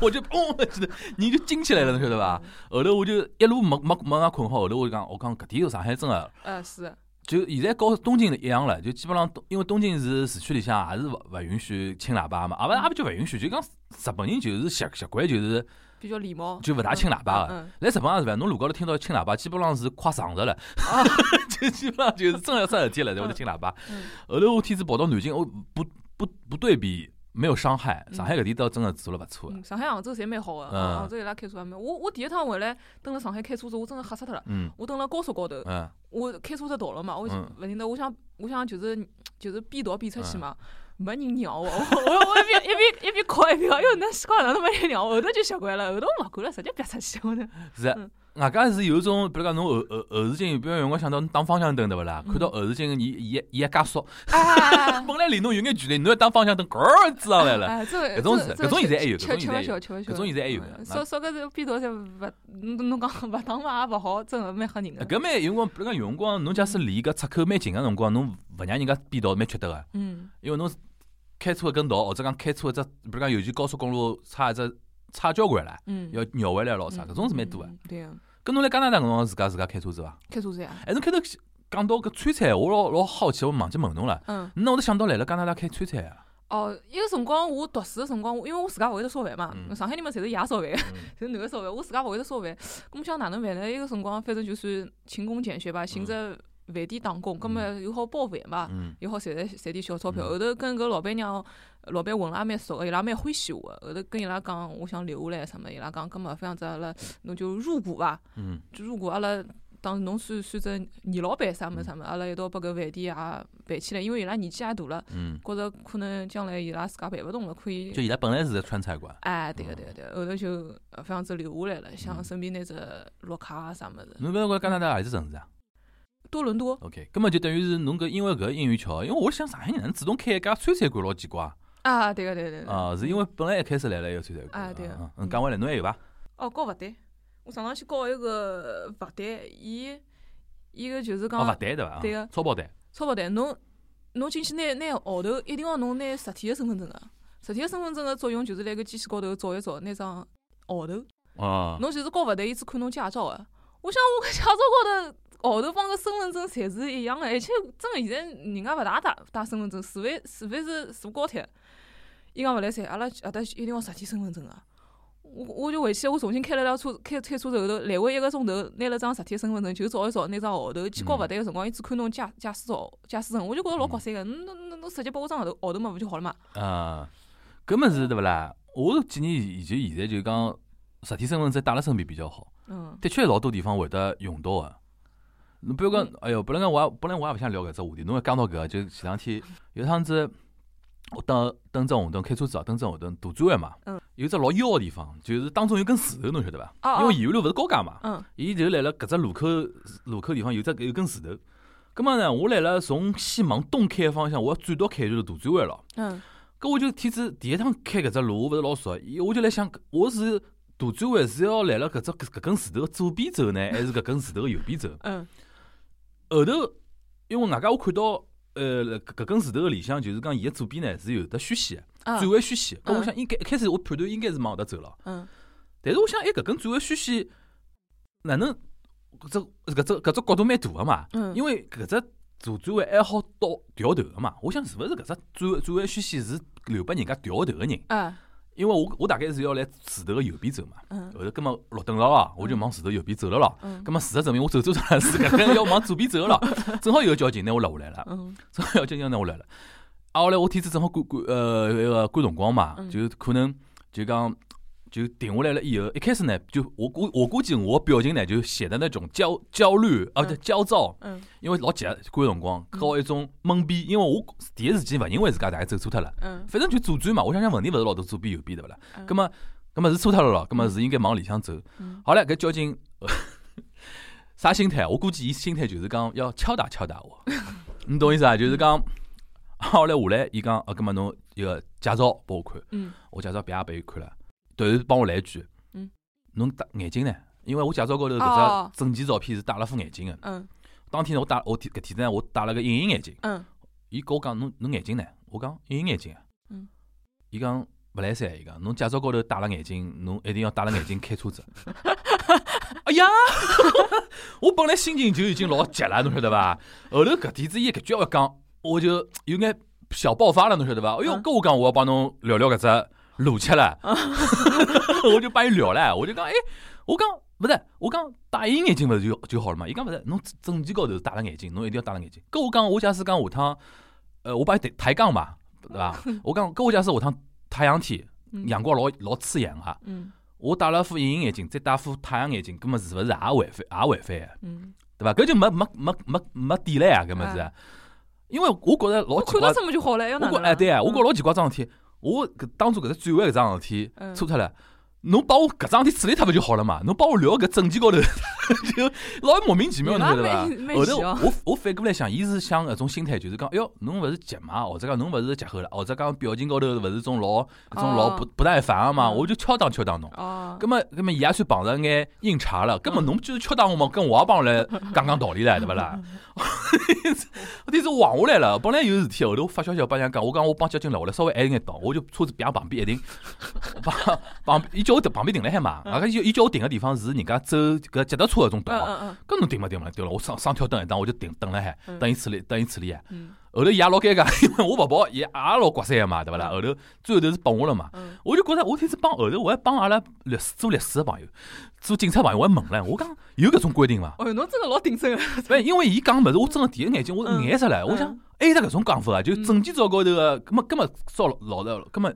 Speaker 1: 我就砰，记得人就惊起来了，侬晓得伐？？后头我就一路没没没俺困好，后头我就讲，我讲搿点是上海真个，
Speaker 2: 呃是，
Speaker 1: 就现在和东京一样了，就基本上东，因为东京是市区里向也是勿勿允许轻喇叭嘛，啊勿也勿就勿允许，就讲日本人就是习习惯就是
Speaker 2: 比较礼貌，
Speaker 1: 就勿大轻喇叭个。
Speaker 2: 嗯。
Speaker 1: 来日本也是伐？侬路高头听到轻喇叭，基本上是快上着了，
Speaker 2: 啊
Speaker 1: 就基本上就是真的要出事体了，才会得轻喇叭。
Speaker 2: 嗯
Speaker 1: 后头我天子跑到南京，我不不不对比没有伤害，上海搿点倒真的做了勿错的。
Speaker 2: 嗯，上海、杭州侪蛮好个，
Speaker 1: 嗯
Speaker 2: 杭杭州伊拉开车也蛮。我我第一趟回来蹲辣上海开车子，我真个吓死脱了。
Speaker 1: 嗯
Speaker 2: 我蹲辣高速高头，
Speaker 1: 嗯
Speaker 2: 我开车子倒了嘛，我
Speaker 1: 嗯
Speaker 2: 勿停得，我想我想就是就是边倒边出去嘛，没人让我，我 我我一边一边一边哭一边讲，哟，那西瓜哪能没人让我？后头就习惯了，后头我勿管了，直接别出去我呢。
Speaker 1: 是啊
Speaker 2: 嗯，
Speaker 1: 外加是有一种，比如讲侬后后后视镜，比如有辰光想到侬打方向灯对勿啦？
Speaker 2: 嗯
Speaker 1: 看到后视镜，伊伊伊一加速，
Speaker 2: 哎
Speaker 1: 本来离侬有眼距离，侬要打方向灯，咯儿支上来了。
Speaker 2: 哎，这个
Speaker 1: 搿种
Speaker 2: 这
Speaker 1: 是搿
Speaker 2: 个
Speaker 1: 种
Speaker 2: 这个
Speaker 1: 现在还有
Speaker 2: 吃
Speaker 1: 搿种
Speaker 2: 吃
Speaker 1: 现
Speaker 2: 勿
Speaker 1: 在
Speaker 2: 消，吃勿消，
Speaker 1: 搿种现在还有
Speaker 2: 嗯
Speaker 1: 的
Speaker 2: 说说搿是边倒侪勿，侬侬讲勿打嘛也勿好，真个蛮吓人个。
Speaker 1: 搿蛮有辰光，比如讲有辰光，侬假使离搿出口蛮近个辰光，侬勿让人家变道，蛮缺德个。
Speaker 2: 嗯
Speaker 1: 因为侬开车跟道，或者讲开车只，比如讲尤其高速公路差一只差交关了，
Speaker 2: 嗯，
Speaker 1: 要绕回来咯啥，搿种是蛮多
Speaker 2: 嗯
Speaker 1: 个。。
Speaker 2: 嗯对个，
Speaker 1: 跟侬来加拿大搿辰光，自家自家开车子伐？
Speaker 2: 开车子呀，
Speaker 1: 哎，侬开头讲到搿川菜，我老老好奇，我忘记问侬了。
Speaker 2: 嗯。
Speaker 1: 那我都想到来了加拿大开川菜啊，
Speaker 2: 哦，一个辰光我读书个辰光，因为我自家勿会得烧饭嘛，
Speaker 1: 嗯
Speaker 2: 上海人嘛侪是爷烧饭，侪是男个烧饭，我自家勿会得烧饭，咁想哪能办呢？一个辰光反正就算勤工俭学吧，寻只饭店打工，咁么又好包饭嘛，
Speaker 1: 嗯
Speaker 2: 又好赚点赚点小钞票。
Speaker 1: 嗯
Speaker 2: 后头跟搿老板娘、呃老板混了也蛮熟个，伊拉蛮欢喜我个。后头跟伊拉讲，我想留下来什么，伊拉讲，咁么非样子阿拉侬就入股伐。
Speaker 1: 嗯
Speaker 2: 就如果阿拉当侬算算只二老板啥么
Speaker 1: 嗯
Speaker 2: 啥么，阿拉一道把搿饭店也啊办起来，因为伊拉年纪也大了。
Speaker 1: 嗯，
Speaker 2: 觉着可能将来伊拉自家办勿动了，可以
Speaker 1: 就。伊嗯拉本来是个川菜馆，
Speaker 2: 哎，对个对个对个，后头就呃这样子留下来了，
Speaker 1: 嗯
Speaker 2: 像身边那只绿卡啊啥物事，
Speaker 1: 侬勿要讲加拿大何里只城市啊
Speaker 2: 多伦多，
Speaker 1: ？OK，根本就等于是侬搿因为搿因缘巧合，因为我想上海人哪能主动开一家川菜馆老奇怪
Speaker 2: 啊，对个对个对个，
Speaker 1: 啊，是因为本来一开始来了一个川菜馆
Speaker 2: 啊对
Speaker 1: 嗯嗯，讲回来侬还有伐？
Speaker 2: 哦，搞罚单，我上趟去搞一个罚单，伊伊个就是
Speaker 1: 哦，罚
Speaker 2: 讲
Speaker 1: 单对伐？
Speaker 2: 对啊个
Speaker 1: 超跑单，
Speaker 2: 钞票单，侬侬进去拿拿号头，一定要侬拿实体个身份证个，实体个身份证个作用就是辣搿机器高头照一照，拿张号头，
Speaker 1: 哦，
Speaker 2: 侬其实搞勿对，伊只看侬驾照个。我想我搿驾照高头，号头帮个身份证侪是一样个，而且真个现在人家勿大带带身份证，除非除非是坐高铁。伊讲勿来三，阿拉阿搭一定要实体身份证啊。我我就回去，我重新开了辆车，开开车头头来回一个钟头，拿了张实体身份证，就找一找拿张号头。去搞勿对个辰光，伊只看侬驾驾驶照、驾驶证，我就觉着老搞三个。嗯侬侬侬侬直接拨我张号头号头嘛，勿就好了嘛？
Speaker 1: 啊，搿么是对勿啦？我是建议就现在就讲实体身份证带辣身边比较好，
Speaker 2: 嗯
Speaker 1: 的确老多地方会得用到个。侬比如
Speaker 2: 嗯
Speaker 1: 讲，哎哟，本来讲我也本来我也勿想聊搿只话题，侬要讲到搿啊个，就前两天有一趟子我登登只红灯，开车子啊，登只红灯，大转弯嘛
Speaker 2: 嗯，
Speaker 1: 有一只老妖个地方，就是当中有根树头，侬晓得伐？
Speaker 2: 哦哦
Speaker 1: 因为沿路勿是高架嘛，
Speaker 2: 嗯
Speaker 1: 伊就辣辣搿只路口路口地方有只有根树头。葛么呢，我辣辣从西往东开个方向，我要转到开就是大转弯了。
Speaker 2: 嗯
Speaker 1: 搿我就天子第一趟开搿只路，我勿是老熟，伊我就来想，我是大转弯是要来了搿只搿搿根树头个左边走呢，还是搿根树头个右边走？
Speaker 2: 嗯
Speaker 1: 后头因为外加我看到，呃，搿搿根树头个里向就是讲伊个左边呢是有得虚线，
Speaker 2: 啊
Speaker 1: 转弯虚线。搿
Speaker 2: 嗯
Speaker 1: 我想应该一开始我判断应该是往搿搭走了，
Speaker 2: 嗯
Speaker 1: 但是我想哎搿根转弯虚线哪能搿只搿只搿只角度蛮大个嘛？
Speaker 2: 嗯，
Speaker 1: 因为搿只左转弯还好到调头个嘛，我想是勿是搿只转转弯虚线是留拨人家调头个人？
Speaker 2: 啊
Speaker 1: 因为我我大概是要来树头个右边走嘛，
Speaker 2: 嗯
Speaker 1: 后头葛么绿灯了啊，我就往树头右边走了咯。
Speaker 2: 嗯
Speaker 1: 葛么事实证明我走错脱了， 是搿根要往左边走了，正好有个交警拿我拉下来了，
Speaker 2: 嗯
Speaker 1: 正好有个交警拿我来了。啊，后来我天子正好赶赶呃那个赶辰光嘛，
Speaker 2: 嗯
Speaker 1: 就可能就讲就停下来了以后，一开始呢就我估我估计我表情呢就显得那种焦焦虑啊
Speaker 2: 嗯
Speaker 1: 对焦躁，
Speaker 2: 嗯
Speaker 1: 因为老急赶辰光，搞一种懵逼，因为我第一时间勿认为自家大概走错脱了。
Speaker 2: 嗯
Speaker 1: 反正就左转嘛，我想想问题勿是老多左边右边对勿啦？
Speaker 2: 嗯
Speaker 1: 葛么葛么是错脱了咯，葛么是应该往里向走
Speaker 2: 嗯。
Speaker 1: 好了，搿交警呃 啥心态？啊我估计伊心态就是讲要敲打敲打我， 你懂意思啊？就是讲，后来下来伊讲啊，葛么侬一个驾照拨我看，
Speaker 2: 嗯
Speaker 1: 我驾照别也拨伊看了，突然帮我来一句
Speaker 2: 嗯，
Speaker 1: 侬戴眼镜呢？因为我驾照高头搿
Speaker 2: 哦
Speaker 1: 只证件照片是戴了副眼镜个，
Speaker 2: 嗯
Speaker 1: 当天呢我戴我搿天呢我戴了个隐形眼镜。
Speaker 2: 嗯
Speaker 1: 伊跟我讲侬侬眼镜呢？我讲隐形眼镜啊。
Speaker 2: 嗯。
Speaker 1: 伊讲勿来三，伊讲侬驾照高头戴了眼镜，侬一定要戴了眼镜开车子。 哎呀， 我本来心情就已经老急了，侬晓得伐？后头搿点子伊搿句话一讲，我就有眼小爆发了，侬晓得伐？哎哟，
Speaker 2: 嗯
Speaker 1: 跟我讲我要帮侬聊聊搿只路吃 了， 我就帮伊聊了，我就讲哎，我讲。勿是，我讲戴隐形眼镜勿是就就好了嘛？伊讲勿是，侬证件高头戴了眼镜，侬一定要戴了眼镜。跟我讲，我假使讲下趟呃，我把伊抬抬杠嘛，对伐？我讲，搿我假使下趟太阳天，
Speaker 2: 嗯
Speaker 1: 阳光老老刺眼啊，
Speaker 2: 嗯
Speaker 1: 我戴了副隐形眼镜，再戴副太阳眼镜，搿么是勿是也违反也违反个，
Speaker 2: 嗯，
Speaker 1: 对伐？搿就没没没没没底了呀，搿么是
Speaker 2: 啊？
Speaker 1: 因为我觉着老
Speaker 2: 我
Speaker 1: 奇
Speaker 2: 看
Speaker 1: 怪
Speaker 2: 到，什么就好了，要
Speaker 1: 我
Speaker 2: 哪
Speaker 1: 觉
Speaker 2: 能
Speaker 1: 哎
Speaker 2: 啦？
Speaker 1: 对啊，我
Speaker 2: 嗯
Speaker 1: 觉老奇怪桩事体，我搿当初搿只转弯搿桩事体
Speaker 2: 嗯
Speaker 1: 错脱了。侬帮我搿桩事体处理脱勿就好了嘛？侬帮我聊搿证件高头， 就老莫名其妙，侬晓得伐
Speaker 2: 也蛮？蛮
Speaker 1: 后头
Speaker 2: 奇哦
Speaker 1: 我我反过来想，伊是想搿种心态，就是讲，哎哟，侬勿是急嘛，或者讲侬勿是急吼了，或者讲表情高头勿是种老搿种老不不耐烦个嘛，
Speaker 2: 哦嗯
Speaker 1: 我就敲打敲打侬。
Speaker 2: 哦
Speaker 1: 葛，么，葛么，伊也算碰着眼硬茬
Speaker 2: 嗯
Speaker 1: 了。葛么，侬就是敲打我嘛，跟我也帮我 来讲讲道理唻，对勿啦？我天是晃下来了，本来有事体，后头我发消息我帮人家讲，我讲我帮交警留下来，稍微晚一眼到，我就车子别旁边一停， 旁旁伊叫我停旁边停了海嘛，啊，伊伊叫我停个地方是人家走搿脚踏车搿种
Speaker 2: 嗯
Speaker 1: 道，
Speaker 2: 嗯
Speaker 1: 搿侬停勿停勿停了，我上上跳蹬一蹬，我就停等了海，
Speaker 2: 嗯
Speaker 1: 等伊处理，等伊处理啊。
Speaker 2: 嗯
Speaker 1: 后头伊也老尴尬， 因为我勿跑，伊也老刮三个嘛，对勿啦？后头最后头是拨我了嘛。
Speaker 2: 嗯
Speaker 1: 我就觉着，我天是帮后头，我还帮阿拉律师做律师的朋友，做警察朋友，我还问了，我讲有搿种规定 伐？
Speaker 2: 嗯，哦，侬真的老 顶真个，
Speaker 1: 勿，因为伊讲物事，我真个第一眼睛我
Speaker 2: 嗯
Speaker 1: 眼出来，我想
Speaker 2: 嗯
Speaker 1: 还有得搿种讲法啊，就
Speaker 2: 嗯
Speaker 1: 证件照高头个，葛末葛末照老老实，葛末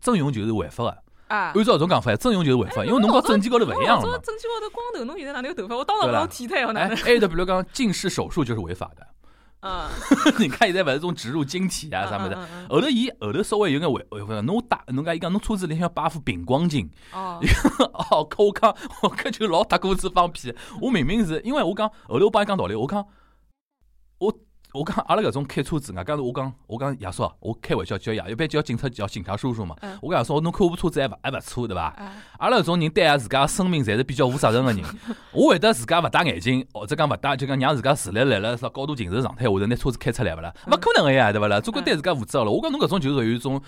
Speaker 1: 征用就是违法个，
Speaker 2: 啊
Speaker 1: 按。照搿种讲法，征用就是违 法，因为侬
Speaker 2: 老
Speaker 1: 和
Speaker 2: 早
Speaker 1: 证件高头
Speaker 2: 我
Speaker 1: 勿一
Speaker 2: 老
Speaker 1: 样
Speaker 2: 早
Speaker 1: 了嘛。
Speaker 2: 证件高头光头，侬现在哪能有头发？我当
Speaker 1: 对
Speaker 2: 场
Speaker 1: 啦
Speaker 2: 老体态哦，哪
Speaker 1: 哎，
Speaker 2: 能？
Speaker 1: 还有得比如讲近视手术就是违法的，
Speaker 2: 嗯，
Speaker 1: 你看现在勿是种植入晶体啊啥物事，
Speaker 2: 嗯？嗯嗯
Speaker 1: 后头伊后头稍微有眼违违法，侬打侬讲伊讲侬车子里向摆副平光镜。
Speaker 2: 哦，
Speaker 1: 哦，可我讲， 我搿就老搭锅子放屁。我明明是因为我讲后头我帮伊讲道理，我讲我我讲阿拉搿种开车子，外加是我讲我讲爷叔啊，我开玩笑叫爷，一般叫警察叫警察叔叔嘛
Speaker 2: 嗯。
Speaker 1: 我讲爷叔，侬看我部车子还勿还勿错对伐？
Speaker 2: 啊
Speaker 1: 阿拉搿种人对阿自家生命侪是比较负责任个人，我会得自家勿戴眼镜，或者讲勿戴就讲让自家视力辣辣啥高度近视状态下头拿车子开出来勿啦？勿可能个呀，对勿啦？总归对自家负责了。我讲侬搿种就属于一种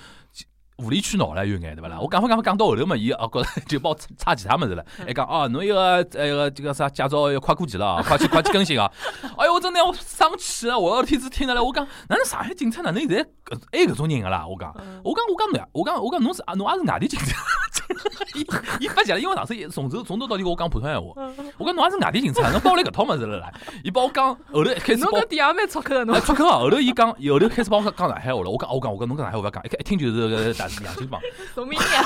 Speaker 1: 无理取闹了，有眼对勿
Speaker 2: 嗯
Speaker 1: 啦？我讲法讲法讲到后头嘛，伊啊 觉着就帮我插插其他物事了，
Speaker 2: 嗯
Speaker 1: 还讲哦，侬一个呃一个这个啥驾 照要快过期了啊，快去快去更新啊！哎哟，我真的我生气了，我的天子听得来，我讲哪能上海警察哪能现在 搿还有搿种人个啦？我讲
Speaker 2: 嗯
Speaker 1: 我讲我讲侬，我讲我讲侬是啊侬也是外地警察， 伊伊发现了，因为上次一从头从头到尾跟我讲普通闲话，
Speaker 2: 嗯
Speaker 1: 我讲侬也是外地警察，侬帮我来搿套物事了啦？伊帮我讲后头一开始
Speaker 2: 侬
Speaker 1: 帮我
Speaker 2: 搿点也蛮出口的，侬
Speaker 1: 哎，出口啊后头伊讲，后头开始帮我讲上海话了。我讲，我讲，我讲，侬讲上海话不要讲，一看一听就是个大洋泾浜。
Speaker 2: 农民呀，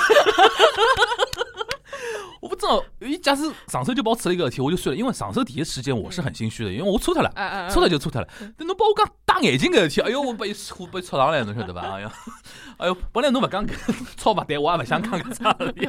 Speaker 1: 我不知道，伊假使上手就帮我出了一个事体，我就算了，因为上手第一时间我是很心虚的，因为我错脱了，
Speaker 2: 哎哎，
Speaker 1: 错脱就错脱了。但侬帮我讲戴眼镜搿事体，哎哟，我被我被戳上来，侬晓得伐？哎哟，哎哟，本来侬勿讲搿 抄勿对，我也勿想讲搿啥事 体。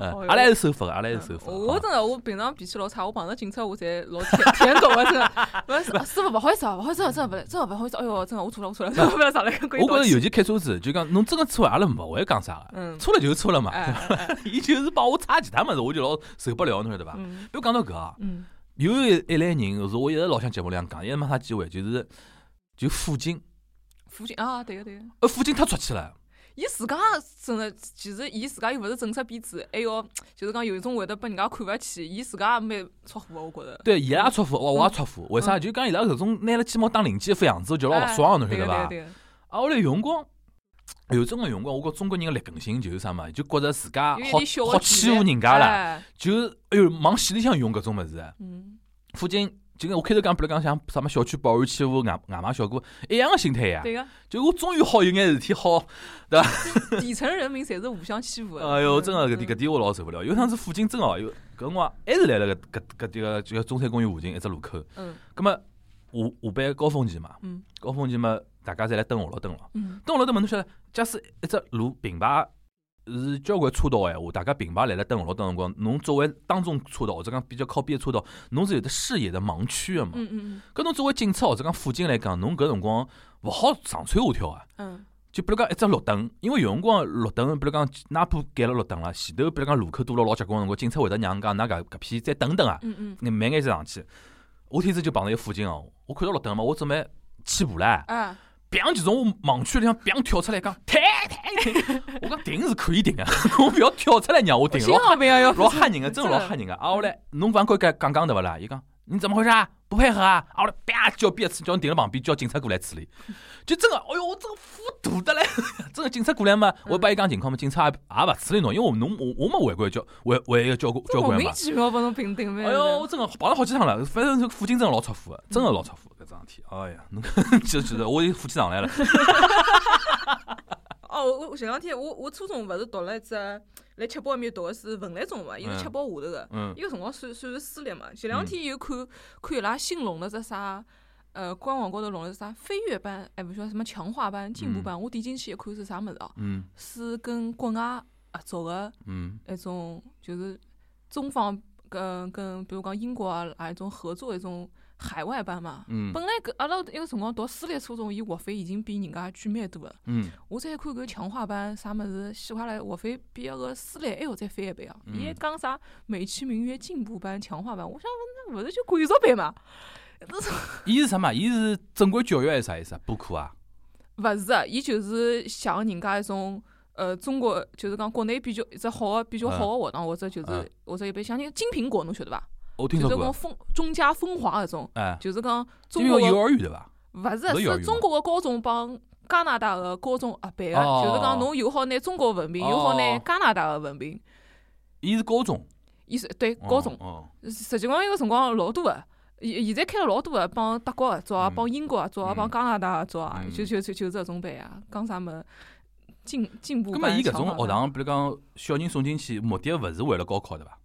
Speaker 1: 嗯阿拉还是守法的，阿拉还是守法的。
Speaker 2: 哎我
Speaker 1: 好
Speaker 2: 真的，我平常脾气老差，我碰到警察我侪老舔舔狗啊的，真的。不 是师傅，不好意思啊，不好意思啊，真的不来，真的不好意思。哎哟，真的我 错了，我错了，真的不要上来跟鬼
Speaker 1: 我觉
Speaker 2: 道
Speaker 1: 着
Speaker 2: 歉。
Speaker 1: 尤其开车子，就讲侬真个错，阿拉勿会讲啥个。
Speaker 2: 嗯，
Speaker 1: 错了就是错了嘛，
Speaker 2: 哎哎哎，
Speaker 1: 伊就是帮我插其他物事，我就老受不了，侬晓得伐？
Speaker 2: 嗯
Speaker 1: 不要讲到搿啊，
Speaker 2: 嗯
Speaker 1: 有一一类人是我一直老想节目里向讲，一直没啥机会，就是就父亲，
Speaker 2: 附近啊，对个对个，
Speaker 1: 呃，父亲太出气了，
Speaker 2: 伊自家真的，其实伊自家又勿是正式编制，还要就是讲有一种会得被人家看勿起，伊自家也蛮出乎的，我觉着。
Speaker 1: 对，伊拉也出火，我我也出
Speaker 2: 嗯
Speaker 1: 火，为啥？就讲伊拉搿种拿了鸡毛当令箭一副样子，就老勿爽，侬晓
Speaker 2: 对
Speaker 1: 得
Speaker 2: 个
Speaker 1: 伐？
Speaker 2: 啊哎对个对个，
Speaker 1: 啊，我来有辰光。有种个辰光，我觉中国人个劣根性就是啥嘛，就觉着自家
Speaker 2: 有一
Speaker 1: 啊好
Speaker 2: 点小
Speaker 1: 好
Speaker 2: 的
Speaker 1: 欺
Speaker 2: 体
Speaker 1: 负
Speaker 2: 面
Speaker 1: 人家啦，
Speaker 2: 哎
Speaker 1: 就哎呦往死里向用搿种物事。
Speaker 2: 嗯，
Speaker 1: 附近就跟我开头讲，比如讲像啥么小区保安欺负外外卖小哥一样个心态呀。
Speaker 2: 对个，
Speaker 1: 就我终于好有眼事体好
Speaker 2: 底层人民侪是互相欺负的。
Speaker 1: 哎哟，真个搿
Speaker 2: 嗯
Speaker 1: 点搿点我老受不了。有趟子附近真哦，有搿辰光还是来了搿搿搿迭个就中山公园附近一只路口。
Speaker 2: 嗯
Speaker 1: 葛末下下班高峰期嘛，
Speaker 2: 嗯
Speaker 1: 高峰期嘛，大家侪来等红绿灯了。
Speaker 2: 嗯
Speaker 1: 等红绿灯嘛，侬晓得，假使一只路平排是交关车道个闲话，大家平排来了等红绿灯的辰光，侬作为当中车道或者讲比较靠边的车道，侬是有得视野的盲区个嘛。
Speaker 2: 嗯嗯
Speaker 1: 搿侬作为警察或者讲辅警来讲，侬搿辰光勿好上蹿下跳啊。
Speaker 2: 嗯
Speaker 1: 就比如讲一只绿灯，因为有辰光绿灯，比如讲哪怕改了绿灯了，前头比如讲路口堵了老结棍个辰光，警察会得让讲㑚搿搿批再等等啊，
Speaker 2: 嗯嗯，
Speaker 1: 你慢眼再上去。我天子就碰到一附近哦，我看到绿灯嘛，我准备起步唻，
Speaker 2: 哎。
Speaker 1: 砰几从我盲区里向砰跳出来讲停停停，我讲停是可以停啊， 我勿要跳出来让我停，
Speaker 2: 心
Speaker 1: 老
Speaker 2: 脏病啊，要
Speaker 1: 老吓人个，真的老吓
Speaker 2: 人。
Speaker 1: 人个。啊，我来侬反正讲讲讲对勿啦？伊讲你怎么回事啊？不配合啊！啊，我来啪叫别次，叫你停了旁边，叫警察过来处理。就真个，哎哟，我真个服毒的嘞！ 真个警察过来嘛，
Speaker 2: 嗯
Speaker 1: 我帮伊讲情况嘛，警察也也勿处理侬，因为我侬我我没违规交违违一个交规
Speaker 2: 这
Speaker 1: 交
Speaker 2: 莫
Speaker 1: 规
Speaker 2: 名
Speaker 1: 嘛。
Speaker 2: 其妙把侬评定呗。
Speaker 1: 哎哟，我真个碰了好几趟了，反正这附近真个老出乎个，真个老出乎搿桩事体。哎呀，侬 就觉得我火气上来了。
Speaker 2: 哦，我我前两天我我初中勿是读了一只来七宝埃面读的是文莱中学嘛，伊是
Speaker 1: 嗯
Speaker 2: 七宝下头个，
Speaker 1: 嗯
Speaker 2: 伊个辰光算算是私立嘛。前两天又看看伊拉新弄了只啥。呃，官网高头弄了只啥飞跃班，哎，勿晓得什么强化班、进步班，我点进去一看是啥物事哦，
Speaker 1: 嗯
Speaker 2: 是跟国外合作个
Speaker 1: 嗯
Speaker 2: 一种就是中方跟跟比如讲英国啊啊一种合作一种海外班嘛。
Speaker 1: 嗯
Speaker 2: 本来搿阿拉一个辰光读私立初中，伊学费已经比人家贵蛮多个。
Speaker 1: 嗯
Speaker 2: 我再看搿强化班啥物事，洗下来学费比那个私立还要再翻一倍啊！
Speaker 1: 嗯
Speaker 2: 伊还讲啥美其名曰进步班、强化班，我想问，那勿是就贵族班嘛？ 这是
Speaker 1: 伊是啥嘛？伊是正规教育还是啥意思啊？补课啊？
Speaker 2: 勿是啊？伊就是像人家一种。呃，中国就是讲国内比较一只好个比较好个学堂，或者就是
Speaker 1: 嗯
Speaker 2: 或者一般像那个金苹果，侬晓得伐？
Speaker 1: 我听
Speaker 2: 就
Speaker 1: 说
Speaker 2: 是
Speaker 1: 过
Speaker 2: 讲。风中加风华那种，
Speaker 1: 哎，
Speaker 2: 就是讲中
Speaker 1: 因为
Speaker 2: 国
Speaker 1: 幼
Speaker 2: 个
Speaker 1: 儿园对伐？
Speaker 2: 勿
Speaker 1: 不是
Speaker 2: 是
Speaker 1: 幼
Speaker 2: 啊
Speaker 1: 儿
Speaker 2: 是
Speaker 1: 园
Speaker 2: 中
Speaker 1: 嘛
Speaker 2: 国个高中帮加拿大个高中合办个，
Speaker 1: 哦
Speaker 2: 就是讲侬又好拿中国文凭，又好拿
Speaker 1: 哦
Speaker 2: 加拿大个文凭，
Speaker 1: 伊是高中，
Speaker 2: 伊是对高中，
Speaker 1: 哦，
Speaker 2: 实际光有个辰光老多个，现现在开了老多个，帮德国合作啊，
Speaker 1: 嗯
Speaker 2: 帮英国合作啊，
Speaker 1: 嗯
Speaker 2: 帮加拿大合作啊
Speaker 1: 嗯，
Speaker 2: 就就就就这种呗啊，讲啥么进进步
Speaker 1: 咁
Speaker 2: 班。
Speaker 1: 么伊搿
Speaker 2: 强
Speaker 1: 种
Speaker 2: 化
Speaker 1: 学
Speaker 2: 班，
Speaker 1: 堂，比如讲小人送进去，目的勿是为了高考对伐？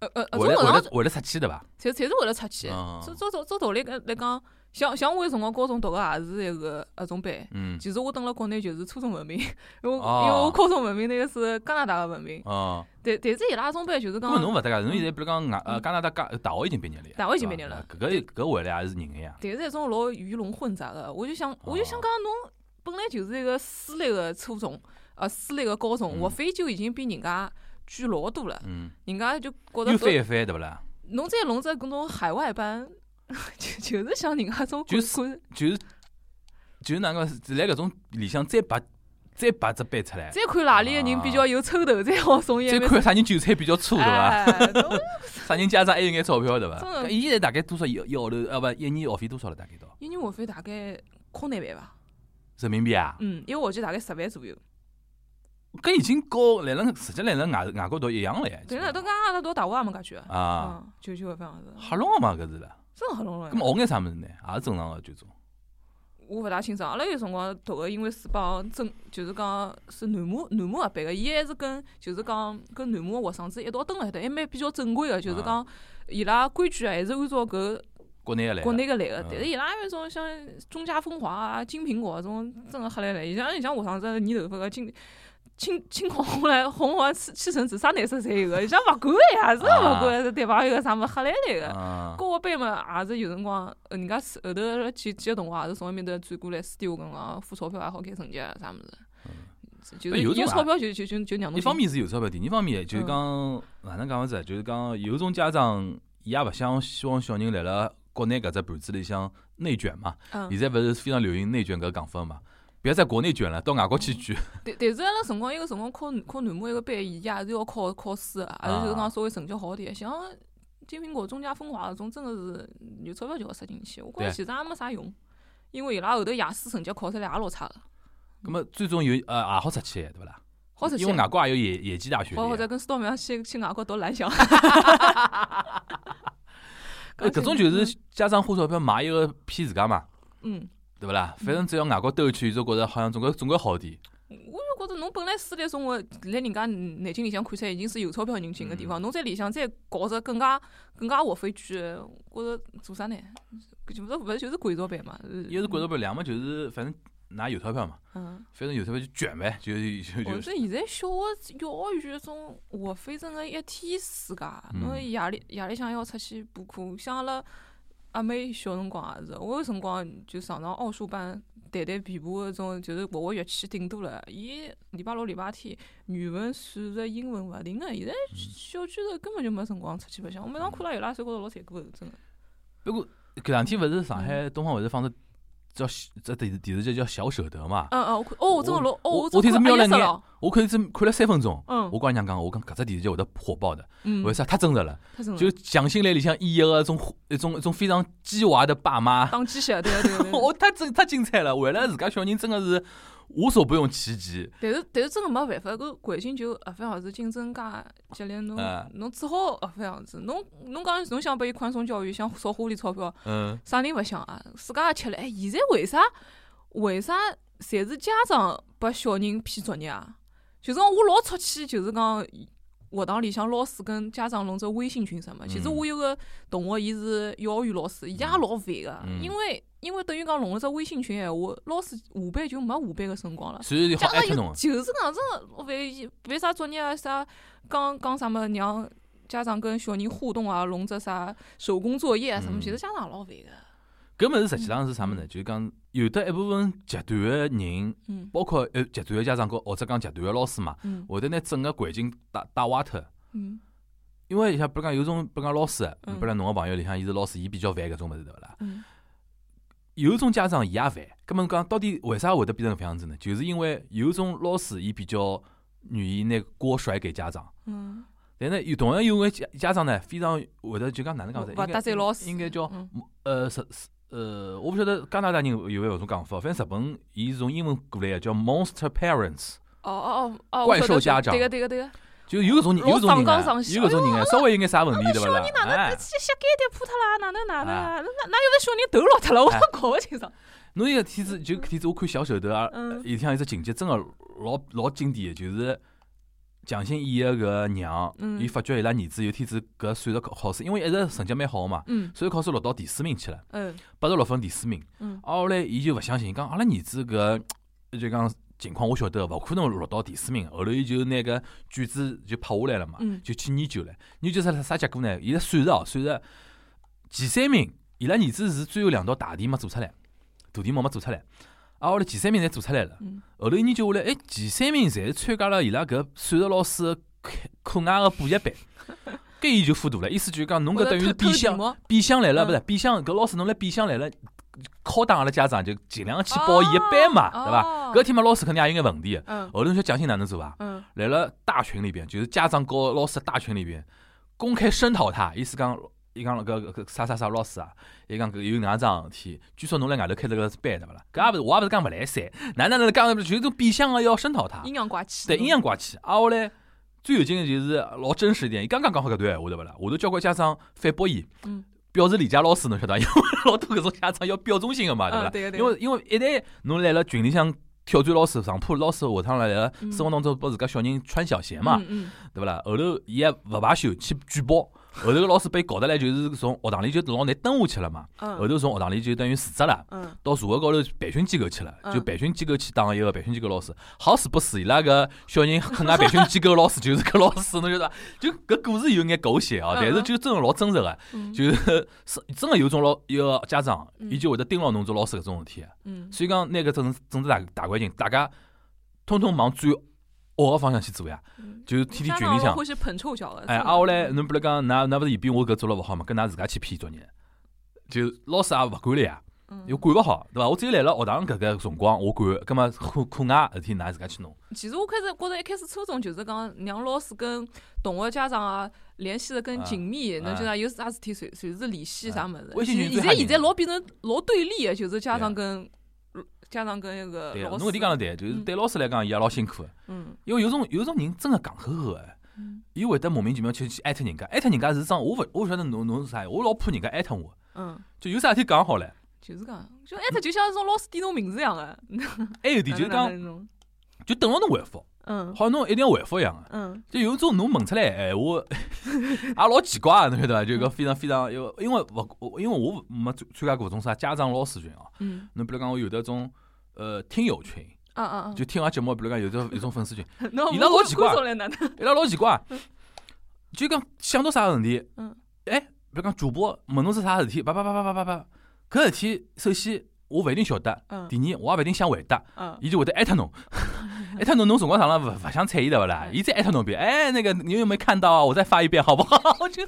Speaker 2: 呃呃，呃
Speaker 1: 为
Speaker 2: 这
Speaker 1: 了为
Speaker 2: 种学
Speaker 1: 了
Speaker 2: 堂
Speaker 1: 为了出去对伐？
Speaker 2: 侪侪是为了出去
Speaker 1: 嗯。
Speaker 2: 做做做做道理搿来讲，像像我有辰光高中读个也是一个那种班。
Speaker 1: 嗯，
Speaker 2: 其实我蹲辣国内就是初中文 凭，因为我
Speaker 1: 哦
Speaker 2: 因为我高中文凭那个是加拿大个文凭，
Speaker 1: 哦，
Speaker 2: 但但是伊拉中班就是
Speaker 1: 咁么
Speaker 2: 讲，
Speaker 1: 侬勿搭界，侬现在比如讲外呃加拿大加大学已经毕业了呀，
Speaker 2: 嗯大学已经
Speaker 1: 对
Speaker 2: 毕业
Speaker 1: 伐
Speaker 2: 了
Speaker 1: 搿个搿回来也是人个呀，
Speaker 2: 但是一种老鱼龙混杂个，我就想我就想
Speaker 1: 哦
Speaker 2: 讲侬本来就是一个私立个初中，呃私立个高中，
Speaker 1: 嗯
Speaker 2: 学费就已经比人家贵老多了，
Speaker 1: 嗯，
Speaker 2: 人家就觉
Speaker 1: 又翻
Speaker 2: 得
Speaker 1: 一翻对勿啦？
Speaker 2: 侬再弄只搿种海外班， 就就是像人家这种
Speaker 1: 就是哎
Speaker 2: 管
Speaker 1: 就是就是哪个是在搿种里向再把再摆只班出来，
Speaker 2: 再看哪里个人比较有抽头，再好 送一
Speaker 1: 啊再
Speaker 2: 杯。
Speaker 1: 看啥人韭菜比较粗，对伐？
Speaker 2: 哎， 侬
Speaker 1: 啥人家长还有眼钞票，对伐
Speaker 2: 真的？
Speaker 1: 搿伊现在大概多少一一号头，啊勿一年学费多少了？大概到
Speaker 2: 一年学费大概空难万吧，
Speaker 1: 人民币啊？
Speaker 2: 嗯，一个学期大概十万左右。
Speaker 1: 搿已经高来了，实际来了外外国读一样了呀。
Speaker 2: 对了，都刚刚读大学也没介贵，
Speaker 1: 啊，
Speaker 2: 嗯，九九学分好像是，
Speaker 1: 瞎弄嘛搿是了。
Speaker 2: 真的很隆
Speaker 1: 咁
Speaker 2: 重。
Speaker 1: 么学眼啥物事呢？也是正常个就种。
Speaker 2: 我勿大清爽，阿拉有辰光读个，因为是帮正，就是讲是南模南模合办个，伊还是跟就是讲跟南模个学生子一道蹲辣海搭，还蛮比较正规个，就是讲伊拉规矩啊还是按照搿
Speaker 1: 国内个来的，
Speaker 2: 国内个来个
Speaker 1: 嗯，
Speaker 2: 但是伊拉有一种像中加风华啊、金苹果啊这种，真个黑来来，像像学生子染头发个金。青青红红来，红红气气成紫，啥颜色侪有个，像勿管个呀，真个勿管，对伐？有个啥么黑来来个，
Speaker 1: 啊，
Speaker 2: 高学班嘛，也是有辰光，呃人家是后头几几个同学也是从埃面搭转过来私底下跟我讲，付钞票也好看成绩啊，啥物事，就
Speaker 1: 哎
Speaker 2: 是
Speaker 1: 有种
Speaker 2: 有
Speaker 1: 啊
Speaker 2: 钞票就就就就让侬
Speaker 1: 一
Speaker 2: 进。
Speaker 1: 方面是有钞票，第二方面就是讲哪能讲法子，就是讲有种家长伊也勿想希望小人来了国内搿只盘子里向内卷嘛。
Speaker 2: 嗯，
Speaker 1: 现在勿是非常流行内卷搿讲法嘛？不要在国内卷了，到外国去卷。
Speaker 2: 但但是阿拉辰光，一个辰光考考南模一个班，伊也是要考考试的，还是就是讲稍微成绩好点，像金苹果、中加风华搿种，真的是有钞票就好塞进去。我觉
Speaker 1: 对
Speaker 2: 着其实也没啥用，因为伊拉后头雅思成绩考出来也老差个，
Speaker 1: 咁么最终有呃也好出去，对勿啦？
Speaker 2: 好出去啊
Speaker 1: 因为。外国也有野野鸡大学的呀。
Speaker 2: 或或者跟斯道明去去外国读蓝翔。
Speaker 1: 呃搿种就是家长花钞票买一个骗自家嘛，
Speaker 2: 嗯，嗯
Speaker 1: 对勿啦？反正只要外国兜一圈，就觉着好像总归总归好点。
Speaker 2: 我就觉着侬本来私立生活辣人家南京里向看起来已经是有钞票人进个地方，侬在里向再搞着更加更加活飞句，我觉着做啥呢？搿就勿是勿是就是贵钞版嘛？呃
Speaker 1: 一是觉着不两嘛，就是反正拿有钞票嘛，
Speaker 2: 嗯，
Speaker 1: 反正有钞票就卷呗， 就就
Speaker 2: 或
Speaker 1: 就
Speaker 2: 者
Speaker 1: 就
Speaker 2: 现在小学、幼儿园种活飞真个一天世界，侬
Speaker 1: 嗯
Speaker 2: 夜里夜里向还要出去补课，像阿拉阿妹小辰光啊也是，我有辰光就上上奥数班，弹弹琵琶搿种，就是学学乐器顶多了。伊礼拜六、礼拜天语文、数学、英文勿停个，现在
Speaker 1: 嗯
Speaker 2: 小区头根本就没辰光出去白相。我每趟看到伊拉手高头老残酷的，真个。
Speaker 1: 不过搿两天勿是上海东方卫视放只叫只电视电视剧叫《小舍得》嘛，
Speaker 2: 嗯嗯，我看哦，真个老哦，
Speaker 1: 我
Speaker 2: 真
Speaker 1: 我听
Speaker 2: 看
Speaker 1: 是瞄
Speaker 2: 哎
Speaker 1: 了
Speaker 2: 呀死
Speaker 1: 眼
Speaker 2: 了。
Speaker 1: 我看只看了三分钟。
Speaker 2: 嗯
Speaker 1: 我跟俺娘讲，我讲搿只电视剧会得火爆的，
Speaker 2: 嗯
Speaker 1: 为，啥？太真实了，
Speaker 2: 太神了
Speaker 1: 就，蒋欣来里向演一个一种一种一种非常鸡娃的爸妈，
Speaker 2: 打鸡血，对个对个 对啊个。
Speaker 1: 哦，太真太精彩了，为了自家小人真的是无所不用其极，
Speaker 2: 但是但是真个没办法，搿环境就啊搿副样子，竞争介激烈，侬
Speaker 1: 哎
Speaker 2: 侬啊只好搿副样子。侬侬讲侬想拨伊宽松教育，想少花点钞票，
Speaker 1: 嗯，
Speaker 2: 啥人勿想啊？自家也吃力。哎，现在为啥为啥侪是家长拨小人批作业啊？就是讲我老出气，就是讲学堂里向老师跟家长弄只微信群什么。其实
Speaker 1: 嗯
Speaker 2: 我有个同学，伊是幼儿园老师，伊也老烦个，
Speaker 1: 嗯
Speaker 2: 因为因为等于讲弄了只微信群闲话，老师下班就没下班个辰光了。
Speaker 1: 所以好
Speaker 2: 家
Speaker 1: 艾
Speaker 2: 长
Speaker 1: 特
Speaker 2: 有
Speaker 1: 侬，
Speaker 2: 就是搿样子，我万一办啥作业啊，啥讲讲啥么让家长跟小人互动啊，弄只啥手工作业啊什么，
Speaker 1: 嗯
Speaker 2: 其实家长也老烦个。
Speaker 1: 搿物事实际上是啥物事呢？就是讲有得一部分极端的人，
Speaker 2: 嗯
Speaker 1: 包括呃极端的家长和或者讲极端的老师嘛，
Speaker 2: 嗯
Speaker 1: 会得拿整个环境带带歪脱。
Speaker 2: 嗯
Speaker 1: 因为像比如讲有种，比如讲老师，比
Speaker 2: 嗯
Speaker 1: 如讲侬个朋友里向伊是老师，伊比较烦搿种物事对勿啦？
Speaker 2: 嗯
Speaker 1: 有种家长伊也烦，葛末讲到底为啥会得变成搿样子呢？就是因为有种老师伊比较愿意拿锅甩给家长，
Speaker 2: 嗯
Speaker 1: 但呢有同样有个家家长呢非常会得就讲哪能讲法子，
Speaker 2: 勿
Speaker 1: 应
Speaker 2: 搭
Speaker 1: 该
Speaker 2: 罪老师
Speaker 1: 应该叫
Speaker 2: 嗯
Speaker 1: 呃，日呃，我不晓得加拿大人有没有搿种讲法，反正日本伊是从英文过来的，叫 monster parents，
Speaker 2: 哦哦哦哦，
Speaker 1: 怪兽
Speaker 2: 我晓
Speaker 1: 家
Speaker 2: 得
Speaker 1: 长哎
Speaker 2: 对个对个对个，
Speaker 1: 就有搿种人，有搿种人
Speaker 2: 老上纲
Speaker 1: 啊，
Speaker 2: 上线
Speaker 1: 有搿种 人啊，稍微有眼啥问题对勿啦？哎，
Speaker 2: 这膝盖跌破脱了，哪能哪
Speaker 1: 啊
Speaker 2: 能啊，哪哪有个小人头落脱了，我
Speaker 1: 哎
Speaker 2: 搞勿清爽。
Speaker 1: 侬有个天子就搿天子我看小手头啊，
Speaker 2: 嗯
Speaker 1: 里向有只情节真个老老经典的，就是蒋欣演个搿娘，
Speaker 2: 嗯
Speaker 1: 伊发觉伊拉儿子有天子搿算着考考试，因为一直成绩蛮好嘛，
Speaker 2: 嗯
Speaker 1: 所以考试落到第四名去了。
Speaker 2: 嗯
Speaker 1: 八十六分第四名。
Speaker 2: 嗯
Speaker 1: 啊后来伊就勿相信，讲阿拉儿子搿就讲情况我晓得，勿可能落到第四名。后头伊就拿搿卷子就拍下来了嘛，
Speaker 2: 嗯
Speaker 1: 就去研究了。研究出来啥结果呢？伊拉算着哦，算着前三名，伊拉儿子是最后两道大题没做出来，大题目没做出来。啊，后来前三名侪做出来了。
Speaker 2: 嗯
Speaker 1: 后头研究下来，哎，前三名侪是参加了伊拉搿数学老师的课课外个补习班，搿伊就糊涂了。意思就是讲，侬搿
Speaker 2: 或者
Speaker 1: 等于是
Speaker 2: 偷偷
Speaker 1: 变
Speaker 2: 题
Speaker 1: 相
Speaker 2: 目
Speaker 1: 变相来了，
Speaker 2: 嗯
Speaker 1: 不是
Speaker 2: 哦
Speaker 1: 变相，搿老师侬来变相来了，敲打阿拉家长就尽量去报伊个班嘛，对伐？
Speaker 2: 伐
Speaker 1: 搿天嘛，老师肯定也有眼问题的。
Speaker 2: 哦嗯
Speaker 1: 后头侬晓得蒋欣哪能做伐？
Speaker 2: 嗯
Speaker 1: 来了大群里边，就是家长和老师的大群里边公开声讨他，意思讲，伊讲搿搿啥啥啥老师啊，伊讲搿有哪桩事体，据说侬辣外头开了个班对勿啦？搿也勿是，我也勿是讲勿来三，哪能哪能讲，就是种变相个要声讨他，
Speaker 2: 阴阳怪气。
Speaker 1: 对阴阳怪气。啊，我嘞最有劲的就是老真实一点，伊刚刚讲好搿段闲话对勿啦？下头交关家长反驳伊
Speaker 2: 嗯，
Speaker 1: 表示理解老师侬晓得伐，因为老多搿种家长要表忠心个嘛，对勿
Speaker 2: 嗯，
Speaker 1: 啦？
Speaker 2: 对个对
Speaker 1: 因
Speaker 2: 个。
Speaker 1: 为因为一旦侬来了群里向挑战老师、上铺老师，下趟来了生活当中拨自家小人穿小鞋嘛，
Speaker 2: 嗯
Speaker 1: 对勿啦？后头伊也勿罢休去举报，后头个老师被搞得来就是从学堂里就老难蹲下去了嘛，
Speaker 2: 嗯
Speaker 1: 后
Speaker 2: 嗯
Speaker 1: 头从学堂里就等于辞职了。
Speaker 2: 嗯
Speaker 1: 到社会高头培训机构去了，
Speaker 2: 嗯
Speaker 1: 就培训机构去当一个培训机构老师，好死不死伊拉个小人 恨外培训机构老师就是搿老师，侬晓得伐？就搿故事有眼狗血啊，
Speaker 2: 嗯
Speaker 1: 但是
Speaker 2: 嗯
Speaker 1: 就真个老真实个，
Speaker 2: 嗯
Speaker 1: 就是是真个有种老一个家长，
Speaker 2: 嗯
Speaker 1: 伊就会得盯牢侬做老师搿种事体。啊
Speaker 2: 嗯
Speaker 1: 所以讲，拿搿整整治大大环境，大家通通往最恶个方向去做呀，
Speaker 2: 嗯。
Speaker 1: 就是天天
Speaker 2: 家
Speaker 1: 群
Speaker 2: 长
Speaker 1: 里向
Speaker 2: 会。是捧臭脚的。
Speaker 1: 哎，
Speaker 2: 真的嗯
Speaker 1: 啊，我嘞，侬比如讲，㑚㑚勿是嫌比我搿做了勿好嘛，跟㑚自家去批作业，就老师也勿管了呀，
Speaker 2: 嗯
Speaker 1: 又管勿好，对伐？我只有来了学堂搿个辰光，我管，葛末 课课外事体㑚自家去弄。
Speaker 2: 嗯其实我开始觉着一开始初中就是讲让老师跟同学家长啊联系的更紧密，
Speaker 1: 啊
Speaker 2: 侬晓得有啥事体随随时联系啥物事。
Speaker 1: 微信群
Speaker 2: 其实
Speaker 1: 最吓
Speaker 2: 现在
Speaker 1: 人
Speaker 2: 现在老变成老对立的，就是家长跟家长跟那个
Speaker 1: 对，
Speaker 2: 呃
Speaker 1: 啊
Speaker 2: 老
Speaker 1: 侬
Speaker 2: 师。
Speaker 1: 搿点讲得对，就是对老师来讲，伊也老辛苦的，
Speaker 2: 嗯
Speaker 1: 因为有种有种人真个戆呵呵个
Speaker 2: 嗯，
Speaker 1: 伊会得莫名其妙去去艾特人家，艾特人家是桩我勿我勿晓得侬侬是啥，我老怕人家艾特我，
Speaker 2: 嗯，
Speaker 1: 就有啥事体讲好唻。
Speaker 2: 就是讲，就艾特就像那种老师点侬名字一样的。
Speaker 1: 还有点就是
Speaker 2: 哪
Speaker 1: 讲，
Speaker 2: 能哪能哪能
Speaker 1: 就等牢侬回复，
Speaker 2: 嗯
Speaker 1: 好像侬一定要回复一样个。
Speaker 2: 嗯
Speaker 1: 就有种侬问出来闲话， 也老奇怪啊个，侬晓得伐？
Speaker 2: 嗯
Speaker 1: 就一个非常非常，因为因为勿我因为我没参参加过搿种啥家长老师群哦。
Speaker 2: 嗯
Speaker 1: 侬比如讲，我有的种呃听友群，
Speaker 2: 啊啊啊！
Speaker 1: 就听我节目，比如讲有的有种 粉丝群，
Speaker 2: 那
Speaker 1: 伊拉老奇怪
Speaker 2: 来哪能？
Speaker 1: 伊拉老奇怪，就讲想到啥问题
Speaker 2: 嗯，
Speaker 1: 哎，比如讲主播问侬是啥事体，叭叭叭叭叭叭叭，搿事体首先我勿一定晓得，
Speaker 2: 嗯
Speaker 1: 第二我也勿一定想回答。
Speaker 2: 嗯
Speaker 1: 伊就会得艾特侬， 艾特侬，侬辰光长了勿勿想睬伊对勿啦？
Speaker 2: 嗯
Speaker 1: 伊再艾特侬一遍，哎，那个你有没有看到啊？我再发一遍好不 好？就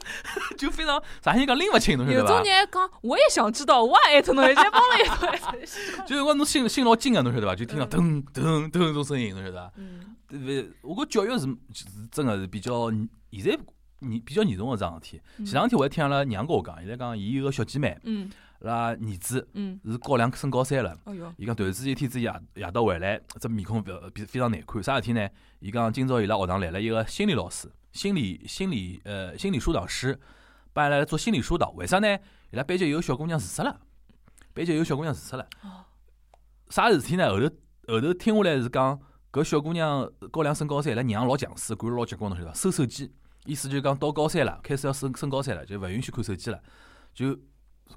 Speaker 1: 就非常啥人讲拎勿清，侬晓
Speaker 2: 有
Speaker 1: 得
Speaker 2: 种
Speaker 1: 伐？
Speaker 2: 人还讲，我也想知道，我也艾特侬，人家帮了一头艾 特。
Speaker 1: 就是讲侬心心老紧个，侬晓得伐？就听到
Speaker 2: 嗯
Speaker 1: 噔噔噔种声音，侬晓得伐？
Speaker 2: 嗯
Speaker 1: 对不对？我觉教育是是真个是比较现在严比较严重个桩事体。前两天我还听阿拉娘跟我讲，伊拉讲伊有个小姐妹，
Speaker 2: 嗯
Speaker 1: 阿拉儿子
Speaker 2: 嗯，
Speaker 1: 是高两升高三了。
Speaker 2: 哎哟，
Speaker 1: 伊讲突然之间一天子夜夜到回来，这面孔非非常难看。啥事体呢？伊讲今朝伊拉学堂来了一个心理老师，心理心理呃心理疏导师，帮伊拉来做心理疏导。为啥呢？伊拉班级有个小姑娘自杀了，班级有个小姑娘自杀了
Speaker 2: 哦。
Speaker 1: 啥事体呢？后头后头听下来是讲，搿小姑娘高两升高三，伊拉娘老强势，管了老结棍，侬晓得伐？收手机，意思就是讲到高三了，开始要升升高三了，就勿允许看手机了，就。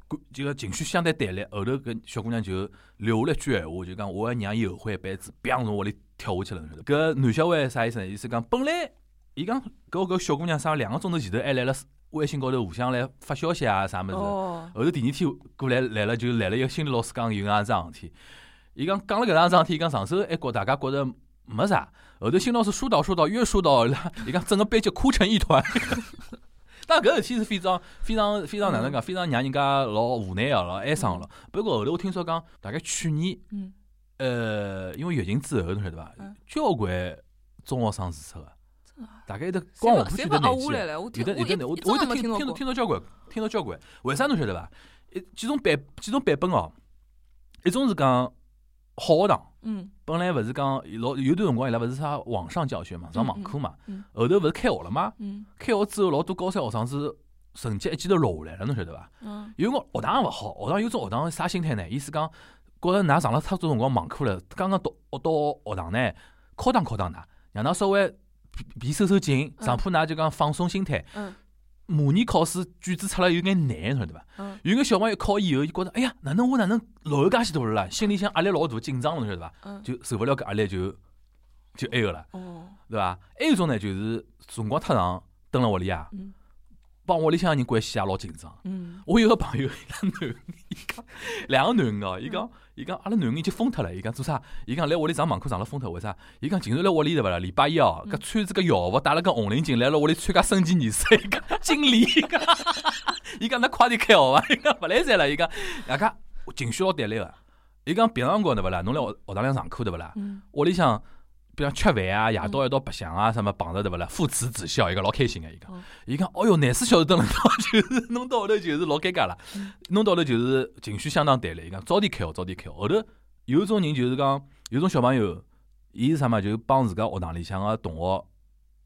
Speaker 1: 管就个情绪相对对立，后头搿小姑娘就留下了一句闲话，就讲我要让伊后悔一辈子，砰从屋里跳下去了。侬晓得搿男小孩啥意思呢？意思讲本来伊讲搿搿小姑娘啥两个钟头前头还来了微信高头互相来发消息啊啥物事，后
Speaker 2: 哦，
Speaker 1: 头第二天过来来了就来了一个心理老师讲有搿桩事体，伊讲讲了搿桩事体，伊讲上手还觉大家觉着没啥，后头心理老师疏导疏导越 疏导，伊拉伊讲整个班级哭成一团。 但搿事体是非常非常非常哪能讲，非常让人家老无奈个，老哀伤了。不过后头我听说讲，大概去年
Speaker 2: 嗯，
Speaker 1: 呃，因为疫情之后，侬晓得伐
Speaker 2: 嗯？
Speaker 1: 交关中学生自杀个，大概得
Speaker 2: 谁
Speaker 1: 光
Speaker 2: 把
Speaker 1: 我
Speaker 2: 啊谁
Speaker 1: 看
Speaker 2: 把
Speaker 1: 得
Speaker 2: 熬
Speaker 1: 难
Speaker 2: 下
Speaker 1: 记
Speaker 2: 来
Speaker 1: 的，
Speaker 2: 了？我
Speaker 1: 有
Speaker 2: 听
Speaker 1: 啊的有的，
Speaker 2: 我
Speaker 1: 我
Speaker 2: 一
Speaker 1: 我
Speaker 2: 张
Speaker 1: 得
Speaker 2: 也没
Speaker 1: 听
Speaker 2: 听
Speaker 1: 听听到
Speaker 2: 到过。
Speaker 1: 交关，听到交关。为啥侬晓得伐？一几种版几种版本哦，一种是讲好学堂。
Speaker 2: 嗯
Speaker 1: 本来勿是讲老有段辰光，伊拉勿是啥网上教学嘛，上网课嘛
Speaker 2: 嗯嗯，
Speaker 1: 后头勿是开学了嘛？
Speaker 2: 嗯
Speaker 1: 开学之后，老多高三学生是成绩一记头落下来了，侬晓得伐？
Speaker 2: 嗯
Speaker 1: 有辰光学堂也勿好，学堂有种学堂是啥心态呢？意思讲，觉着㑚上了太多辰光网课了，刚刚到到学堂呢，敲打敲打㑚，让㑚稍微皮皮收收紧，
Speaker 2: 嗯
Speaker 1: 上铺㑚就讲放松心态。
Speaker 2: 嗯
Speaker 1: 模拟考试卷子出来有眼难，侬晓得伐？
Speaker 2: 嗯
Speaker 1: 有眼小朋友考以后，伊觉着，哎呀，哪能我哪能落后介许多了啦？心里向压力老大，紧张了，侬晓得伐？
Speaker 2: 嗯，
Speaker 1: 就受勿了搿压力，就就埃个了，
Speaker 2: 哦，
Speaker 1: 对伐？还有一种呢，就是辰光太长，蹲辣屋里啊
Speaker 2: 嗯，
Speaker 1: 帮屋里向人关系也老紧张。
Speaker 2: 嗯
Speaker 1: 我有个朋友，伊拉囡，伊讲两个囡哦，伊讲伊讲阿拉囡已经疯脱了，伊讲做啥？伊讲来屋里上网课上了疯脱，为啥？伊讲竟然来屋里对勿啦？礼拜一哦，搿
Speaker 2: 嗯
Speaker 1: 穿着个校服，戴了个红领巾，来了屋里参加升旗仪式，伊讲敬礼，伊讲伊讲那快点开学伐？伊讲勿来三了，伊讲大家情绪老对立个。伊讲平常辰光对勿啦？侬来学学堂里向上课对勿啦？
Speaker 2: 嗯
Speaker 1: 屋里向，比如吃饭啊，夜到一道白相啊，什么碰着对勿啦？父慈子孝，伊讲老开心个，伊讲
Speaker 2: 嗯，
Speaker 1: 伊讲，哦哟，廿四小时蹲辣到就是弄到后头就是老尴尬了
Speaker 2: 嗯，
Speaker 1: 弄到后头就是情绪相当淡了。伊讲早点开学，早点开学。后头有一种人就是讲，有一种小朋友，伊是啥嘛？就是帮自家学堂里向个同学。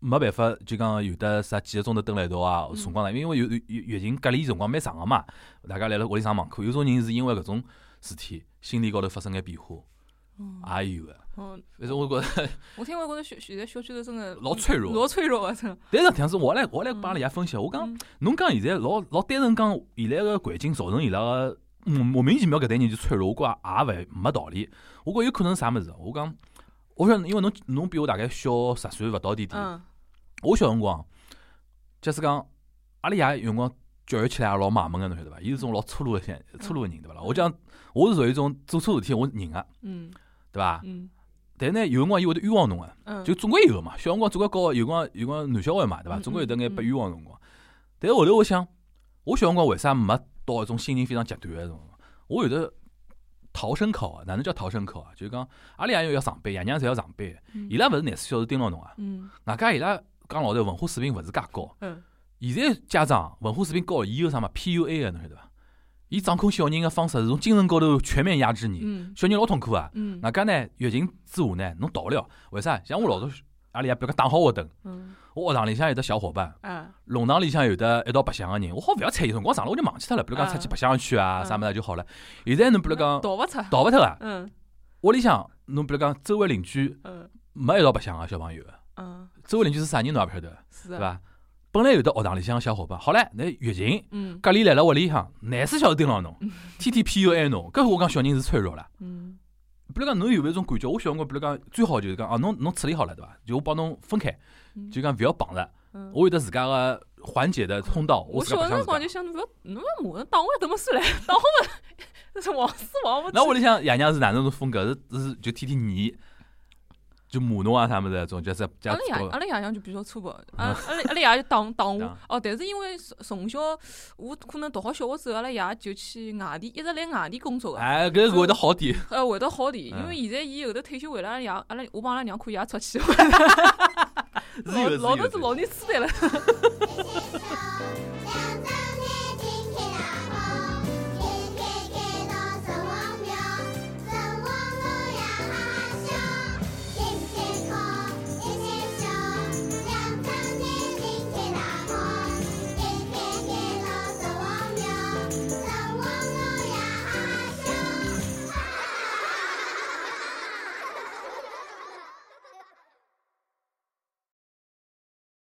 Speaker 1: 没办法，就讲有的啥几个钟头蹲辣一道啊，
Speaker 2: 嗯
Speaker 1: 辰光长，因为有有有疫情隔离辰光蛮长个嘛，大家来了屋里上网课，有种人是因为搿种事体，心理高头发生眼变化，
Speaker 2: 嗯
Speaker 1: 也有个。
Speaker 2: 嗯，
Speaker 1: 反正我觉着
Speaker 2: 我听我觉着小现在小区头真的
Speaker 1: 老脆弱
Speaker 2: 老脆弱啊个，真的。
Speaker 1: 但实际上是我来我来帮阿拉爷分析，我讲
Speaker 2: 嗯
Speaker 1: 侬讲现在老老单纯讲现在个环境造成伊拉个莫莫名其妙搿代人就脆弱，我觉也勿没道理。我觉有可能是啥物事？啊我讲，我晓得因为侬侬比我大概小十岁勿到点点，
Speaker 2: 嗯
Speaker 1: 我小辰光，假使讲阿拉爷有辰光教育起来也老卖萌个，侬晓得伐？伊是种老粗鲁个些
Speaker 2: 嗯
Speaker 1: 粗鲁个人，对伐？啦？我讲我是属于一种做错事体我是忍个，
Speaker 2: 嗯
Speaker 1: 对伐？
Speaker 2: 嗯
Speaker 1: 但呢，有辰光伊会得冤枉侬个。
Speaker 2: 嗯，
Speaker 1: 就总归有个嘛，小辰光总归高，有辰光有辰光男小孩嘛，对伐？
Speaker 2: 嗯
Speaker 1: 总归有得眼
Speaker 2: 嗯
Speaker 1: 被冤枉个辰光。但是后头我想，我小辰光为啥没到一种心灵非常极端个种？我有得逃生口啊，哪能叫逃生口啊？就是讲阿拉爷娘要上班，爷娘侪要上班，伊拉勿是廿四小时盯牢侬啊。
Speaker 2: 嗯
Speaker 1: 外加伊拉讲老实，文化水平勿是介高。
Speaker 2: 嗯
Speaker 1: 现在家长文化水平高，伊有啥嘛 PUA 个，侬晓得伐？伊掌控小人个方式是从精神高头全面压制你，
Speaker 2: 嗯
Speaker 1: 小人老痛苦啊。
Speaker 2: 嗯
Speaker 1: 外加呢，疫情之下呢，侬逃勿了，为啥？像我老早阿拉爷，比如讲打好学堂，
Speaker 2: 嗯
Speaker 1: 我学堂里向有得小伙伴，
Speaker 2: 啊
Speaker 1: 弄堂里向有得一道白相个人，我好勿要睬伊，辰光长了我就忘记脱了。比如讲出去白相去啊，
Speaker 2: 嗯
Speaker 1: 啥物事就好了。现在侬比如讲
Speaker 2: 逃勿出。
Speaker 1: 逃勿脱啊，
Speaker 2: 嗯
Speaker 1: 屋里向侬比如讲周围邻居
Speaker 2: 嗯
Speaker 1: 没一道白相个小朋友，
Speaker 2: 嗯，
Speaker 1: 周围邻居是啥人侬也勿晓得，
Speaker 2: 是
Speaker 1: 对
Speaker 2: 啊的。
Speaker 1: 伐？本来有得学堂里向个小伙伴，好唻，那疫情
Speaker 2: 嗯
Speaker 1: 隔离来了屋里向，廿四小时盯牢 侬，天天 PUA 侬，搿我讲小人是脆弱了。
Speaker 2: 嗯
Speaker 1: 比如讲，侬有没有一种感觉？我小辰光，比如讲，最好就是讲啊，侬侬处理好了，对伐？就我帮侬分开，
Speaker 2: 嗯
Speaker 1: 就讲勿要绑着。
Speaker 2: 嗯。
Speaker 1: 我有得自家个缓解的通道，
Speaker 2: 我
Speaker 1: 自家白相
Speaker 2: 小辰
Speaker 1: 自
Speaker 2: 光就
Speaker 1: 家。
Speaker 2: 想，侬勿要侬勿要骂人，打我怎么算嘞？打我 们，是王死亡，我
Speaker 1: 那屋里向爷娘是哪能种风格？是是就天天黏，就骂侬啊啥么子，种就是这
Speaker 2: 阿
Speaker 1: 样
Speaker 2: 拉爷
Speaker 1: 子。
Speaker 2: 阿拉爷娘就比较粗暴，阿
Speaker 1: 嗯
Speaker 2: 阿拉阿拉爷就打打
Speaker 1: 打
Speaker 2: 我。哦，但是因为从从小我可能读好小学之后，阿拉爷就去外地，一直来外地工作个，
Speaker 1: 哎，搿个会得好点。
Speaker 2: 呃，会得好点。
Speaker 1: 嗯
Speaker 2: 因为现在伊后头退休回来，阿拉爷阿拉我帮阿拉娘看伊也出
Speaker 1: 是
Speaker 2: 去，老
Speaker 1: 有的
Speaker 2: 老
Speaker 1: 有
Speaker 2: 头
Speaker 1: 的
Speaker 2: 子老年痴呆了。